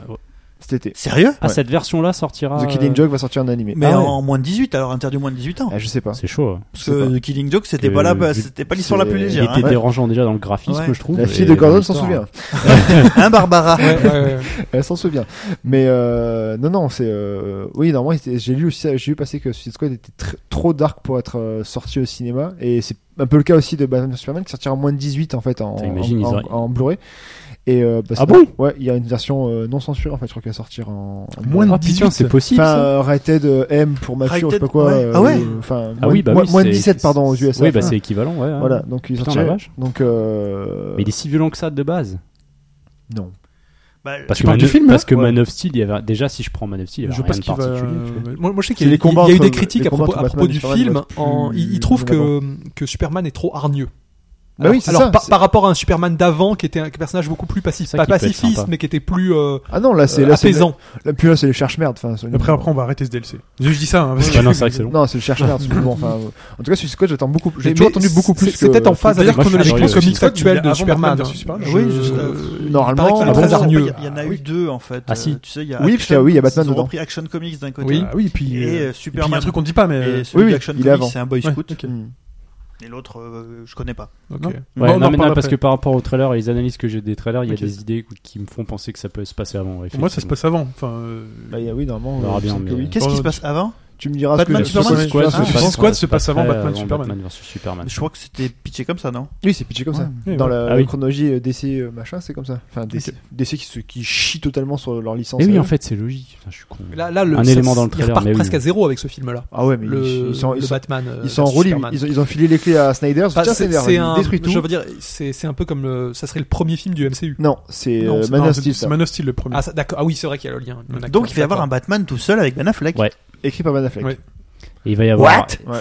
S2: cet été.
S4: hein. Sérieux
S3: Ah,
S2: Ouais.
S3: cette version-là sortira.
S2: The
S3: euh,
S2: Killing Joke va sortir en animé.
S4: Mais
S3: Ah ouais.
S4: en moins de 18, alors interdit moins de 18 ans.
S2: Ah, je sais pas.
S3: C'est chaud. hein.
S4: Parce
S2: je sais
S4: que
S2: pas.
S4: The Killing Joke, c'était
S3: Que
S4: pas là, bah,
S3: vu-
S4: c'était pas l'histoire la plus
S2: c'est-
S3: Il
S4: légère.
S3: était
S4: hein.
S2: Ouais.
S3: dérangeant déjà dans le graphisme,
S4: Ouais.
S3: je trouve.
S2: La fille
S3: et
S2: de
S3: dans
S2: Gordon s'en
S3: l'histoire. hein.
S2: souvient.
S4: Hein, Barbara.
S5: Ouais, ouais, ouais.
S2: Elle s'en souvient. Mais euh, non, non, c'est euh, oui, normalement, c'était- j'ai lu aussi, j'ai vu passer que Suicide Squad était tr- trop dark pour être euh, sorti au cinéma, et c'est un peu le cas aussi de Batman vs Superman qui sortira en moins de 18 en fait en,
S3: Putain, imagine, ils
S2: en, en-
S3: auraient-
S2: en Blu-ray. Et euh, parce
S3: Ah
S2: que-
S3: bon
S2: Ouais, il y a une version euh, non censurée en fait, je crois qu'elle va sortir en, en
S1: Moins
S2: Blu-ray.
S1: de
S3: Ah putain,
S1: 18.
S3: c'est possible.
S2: Enfin,
S3: ça
S2: euh, rated euh, M pour mature, je sais
S4: Rated,
S2: pas quoi.
S4: ouais.
S2: euh,
S4: Ah ouais
S2: Enfin,
S3: Ah
S2: moins-
S3: oui, bah
S2: moins,
S3: oui,
S2: moins de
S3: c'est-
S2: 17 pardon aux USA.
S3: Oui, bah c'est équivalent, ouais. ouais.
S2: Voilà, donc ils
S3: Putain,
S2: sortiraient-
S3: la vache.
S2: Donc euh,
S3: Mais il est si violent que ça de base.
S2: non.
S4: Bah,
S3: Parce
S1: Tu
S3: que
S1: parles
S3: Man,
S1: du film,
S3: parce
S1: hein
S3: que
S2: Ouais.
S3: Man of Steel, il y avait déjà si je prends Man of Steel, il y avait
S1: Je
S3: rien
S1: pense
S3: de
S1: qu'il va.
S3: particulier. tu vois.
S1: euh,
S5: Moi, moi, je sais
S2: C'est
S5: qu'il y, a-
S2: les
S5: il y
S2: combats
S5: a eu
S2: entre-
S5: des
S2: les
S5: critiques à
S2: combats
S5: propos, à
S2: entre
S5: propos
S2: Batman
S5: du
S2: et Superman
S5: film.
S2: doivent être
S5: En,
S2: plus-
S5: ils, ils trouvent
S2: plus
S5: que, que Superman est trop hargneux.
S2: Bah oui, c'est
S5: alors,
S2: ça,
S5: par,
S2: c'est-
S5: par rapport à un Superman d'avant qui était un personnage beaucoup plus pacif,
S3: Ça
S5: pas
S3: qui peut être
S5: pacifiste,
S3: sympa.
S5: mais qui était plus euh,
S2: Ah non, là c'est
S5: euh,
S2: là c'est
S5: apaisant.
S2: Là, puis là, c'est le cherche-merde. Enfin, c'est-
S1: Après, après, on va arrêter ce DLC. Je dis ça, hein, parce que-
S3: Ouais, non, c'est vrai que c'est long.
S2: Non, c'est le cherche-merde. excuse-moi, enfin, euh, en tout cas, Suicide Squad, j'attends beaucoup. J'ai
S5: Mais-
S2: toujours
S5: mais
S2: entendu beaucoup plus.
S5: c'est- C'est peut-être en phase
S1: D'ailleurs,
S5: avec,
S3: moi, je suis
S5: avec
S3: curieux.
S5: le comics
S1: Suicide Squad,
S5: actuel
S1: il est
S5: de
S1: avant
S5: Superman.
S1: Batman versus Superman.
S5: Je-
S4: Oui, juste, euh,
S2: normalement,
S5: il paraît qu'il est
S2: avant-
S5: très hargneux.
S4: Il y en a
S1: Ah,
S4: eu
S1: oui.
S4: deux en fait.
S3: Ah, si.
S4: Euh, Tu sais, il y a
S2: Oui, parce qu'il y a- oui, il y a Batman
S4: Ils ont
S2: dedans.
S4: repris Action Comics d'un côté.
S5: Oui.
S1: Ah oui, puis.
S4: Et
S1: euh, et
S4: euh,
S1: puis, il y a un
S4: Superman.
S1: truc qu'on dit pas, mais.
S4: Et
S1: euh,
S4: celui
S2: oui, oui,
S4: d'Action
S2: il est
S4: Comics,
S2: avant.
S4: c'est un boy
S1: Ouais,
S4: scout.
S1: ok.
S2: Mm.
S4: Et l'autre, euh, je connais pas.
S1: ok.
S5: Non.
S1: Bon,
S3: Ouais,
S1: on en
S3: non, mais
S1: parle
S3: non, parce que
S1: après.
S3: par rapport aux trailers et les analyses que j'ai des trailers, il y a
S1: Ok.
S3: des idées qui me font penser que ça peut se passer avant.
S1: Pour moi, ça se passe avant. Enfin, euh,
S2: Bah, il y a- oui, normalement.
S3: On verra
S2: euh,
S3: bien,
S2: Suicide Squad,
S3: mais-
S2: oui.
S4: Qu'est-ce qui
S1: Oh,
S4: se passe avant
S2: Tu me diras. ce que
S4: Batman,
S2: je-
S4: Superman,
S2: Suicide
S1: Superman, Ah,
S2: Squad,
S1: Suicide
S2: Suicide
S1: Squad.
S2: Squad.
S3: se passe
S1: se passe avant
S3: après,
S1: Batman, Superman.
S3: Batman versus Superman.
S4: Je crois que c'était pitché comme ça, non
S2: Oui, c'est pitché comme ça.
S1: Ouais.
S2: Dans la
S3: Ah oui.
S2: chronologie euh, DC euh, machin, c'est comme ça. Enfin, DC,
S4: Ok.
S2: DC qui, se, qui chie totalement sur leur licence.
S3: Et oui,
S2: euh.
S3: en fait, c'est logique. Putain, je suis con.
S5: Là, là, le,
S3: Un
S5: ça-
S3: élément dans le
S5: Il
S3: trailer,
S5: repart
S3: mais oui.
S5: presque à zéro avec ce film-là.
S2: Ah ouais, mais
S5: Le,
S2: ils, ils sont, ils
S5: le
S2: sont,
S5: Batman. euh,
S2: ils sont en
S5: versus
S2: relive.
S5: Superman.
S2: Ils ont, ils ont filé les clés à Snyder.
S5: Enfin,
S2: Tiens,
S5: c'est-
S2: Snyder,
S5: c'est
S2: il
S5: un-
S2: détruit tout.
S5: Je veux dire, c'est c'est un peu comme le. Ça serait le premier film du MCU.
S2: Non, c'est
S5: Non,
S2: euh,
S5: c'est
S2: Man
S1: non,
S2: of
S1: c'est-
S2: Steel,
S1: c'est
S2: ça.
S1: Man of Steel le premier.
S5: Ah, ça- d'accord. Ah oui, c'est vrai qu'il y a le lien. Non, d'accord,
S4: Donc il va y avoir un
S5: d'accord.
S4: Batman tout seul avec Ben Affleck.
S3: Ouais.
S2: Écrit par Ben Affleck.
S1: Ouais.
S3: Et il va y avoir.
S4: What
S2: Ouais.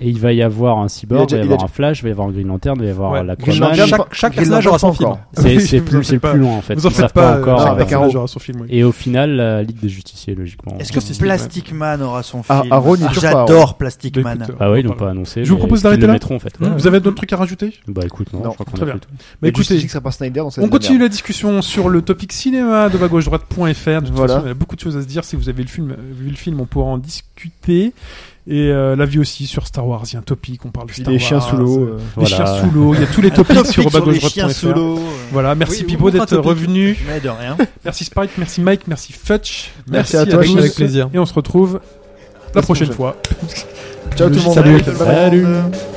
S3: Et il va y avoir un cyborg,
S2: Il a déjà-
S3: il va y
S2: il a
S3: avoir un Flash, il va y avoir un Green Lantern, il va y avoir
S1: Ouais,
S3: la
S2: Green
S3: Aquaman.
S2: Lantern,
S5: Chaque- chaque
S2: Green
S5: personnage aura son
S2: Lantern, pas
S5: film.
S2: encore.
S3: C'est
S1: Oui,
S3: c'est
S1: vous en
S3: plus, c'est
S1: faites
S3: le
S1: pas.
S3: plus loin en fait.
S1: Vous en
S3: Ils savent
S1: faites pas euh,
S3: encore.
S2: non,
S1: Jean
S3: euh,
S2: avec Arrow.
S1: Perrin aura son film, oui.
S3: Et au final, la Ligue des Justiciers, logiquement. euh,
S4: Est-ce que
S1: Steve
S4: Plastic Man aura son
S2: Ah,
S4: film
S2: Aaron, il est toujours pas Aaron.
S4: J'adore Plastic
S1: Bah,
S4: Man. [LAUGHS]
S1: écoute,
S3: Bah oui, ils
S1: on en
S3: l'ont
S1: parle.
S3: pas annoncé.
S1: Je vous
S3: mais
S1: propose
S3: est-ce qu'ils
S1: d'arrêter
S3: le
S1: là
S3: mettront, en fait.
S1: Vous avez d'autres trucs à rajouter
S3: Bah écoute, non,
S2: Non,
S3: je crois qu'on
S1: très
S3: a
S1: bien.
S3: fait tout.
S1: Bah
S2: Et Justice
S1: écoutez,
S2: League, ça part Snyder dans cette
S1: on
S2: merde.
S1: continue la discussion sur le topic cinéma de vagueaujedroite.fr. De toute
S2: Voilà.
S1: façon, il y a beaucoup de choses à se dire. Si vous avez le film, vu le film, on pourra en discuter. Et euh, la vie aussi sur Star Wars. Il y a un topic, on parle de
S2: Puis
S1: Star
S2: des
S1: Wars.
S2: chiens sous l'eau. euh.
S1: Les
S3: Voilà.
S1: chiens sous l'eau. Il y a tous les topics
S4: Topic
S1: sur
S4: sur les chiens sous
S1: vagueaujedroite.fr.
S4: l'eau.
S1: Voilà, merci
S5: Oui,
S1: Pipo
S5: on fera un
S1: d'être
S5: topic.
S1: revenu.
S4: Mais de rien.
S1: Merci Spike, merci Mike, merci Futch.
S2: Merci à toi,
S1: tous.
S2: Chris.
S5: Avec plaisir.
S1: Et on se retrouve la prochaine
S2: prochaine.
S1: fois.
S2: Ciao tout le monde.
S1: Salut.
S2: Bye bye.
S3: Salut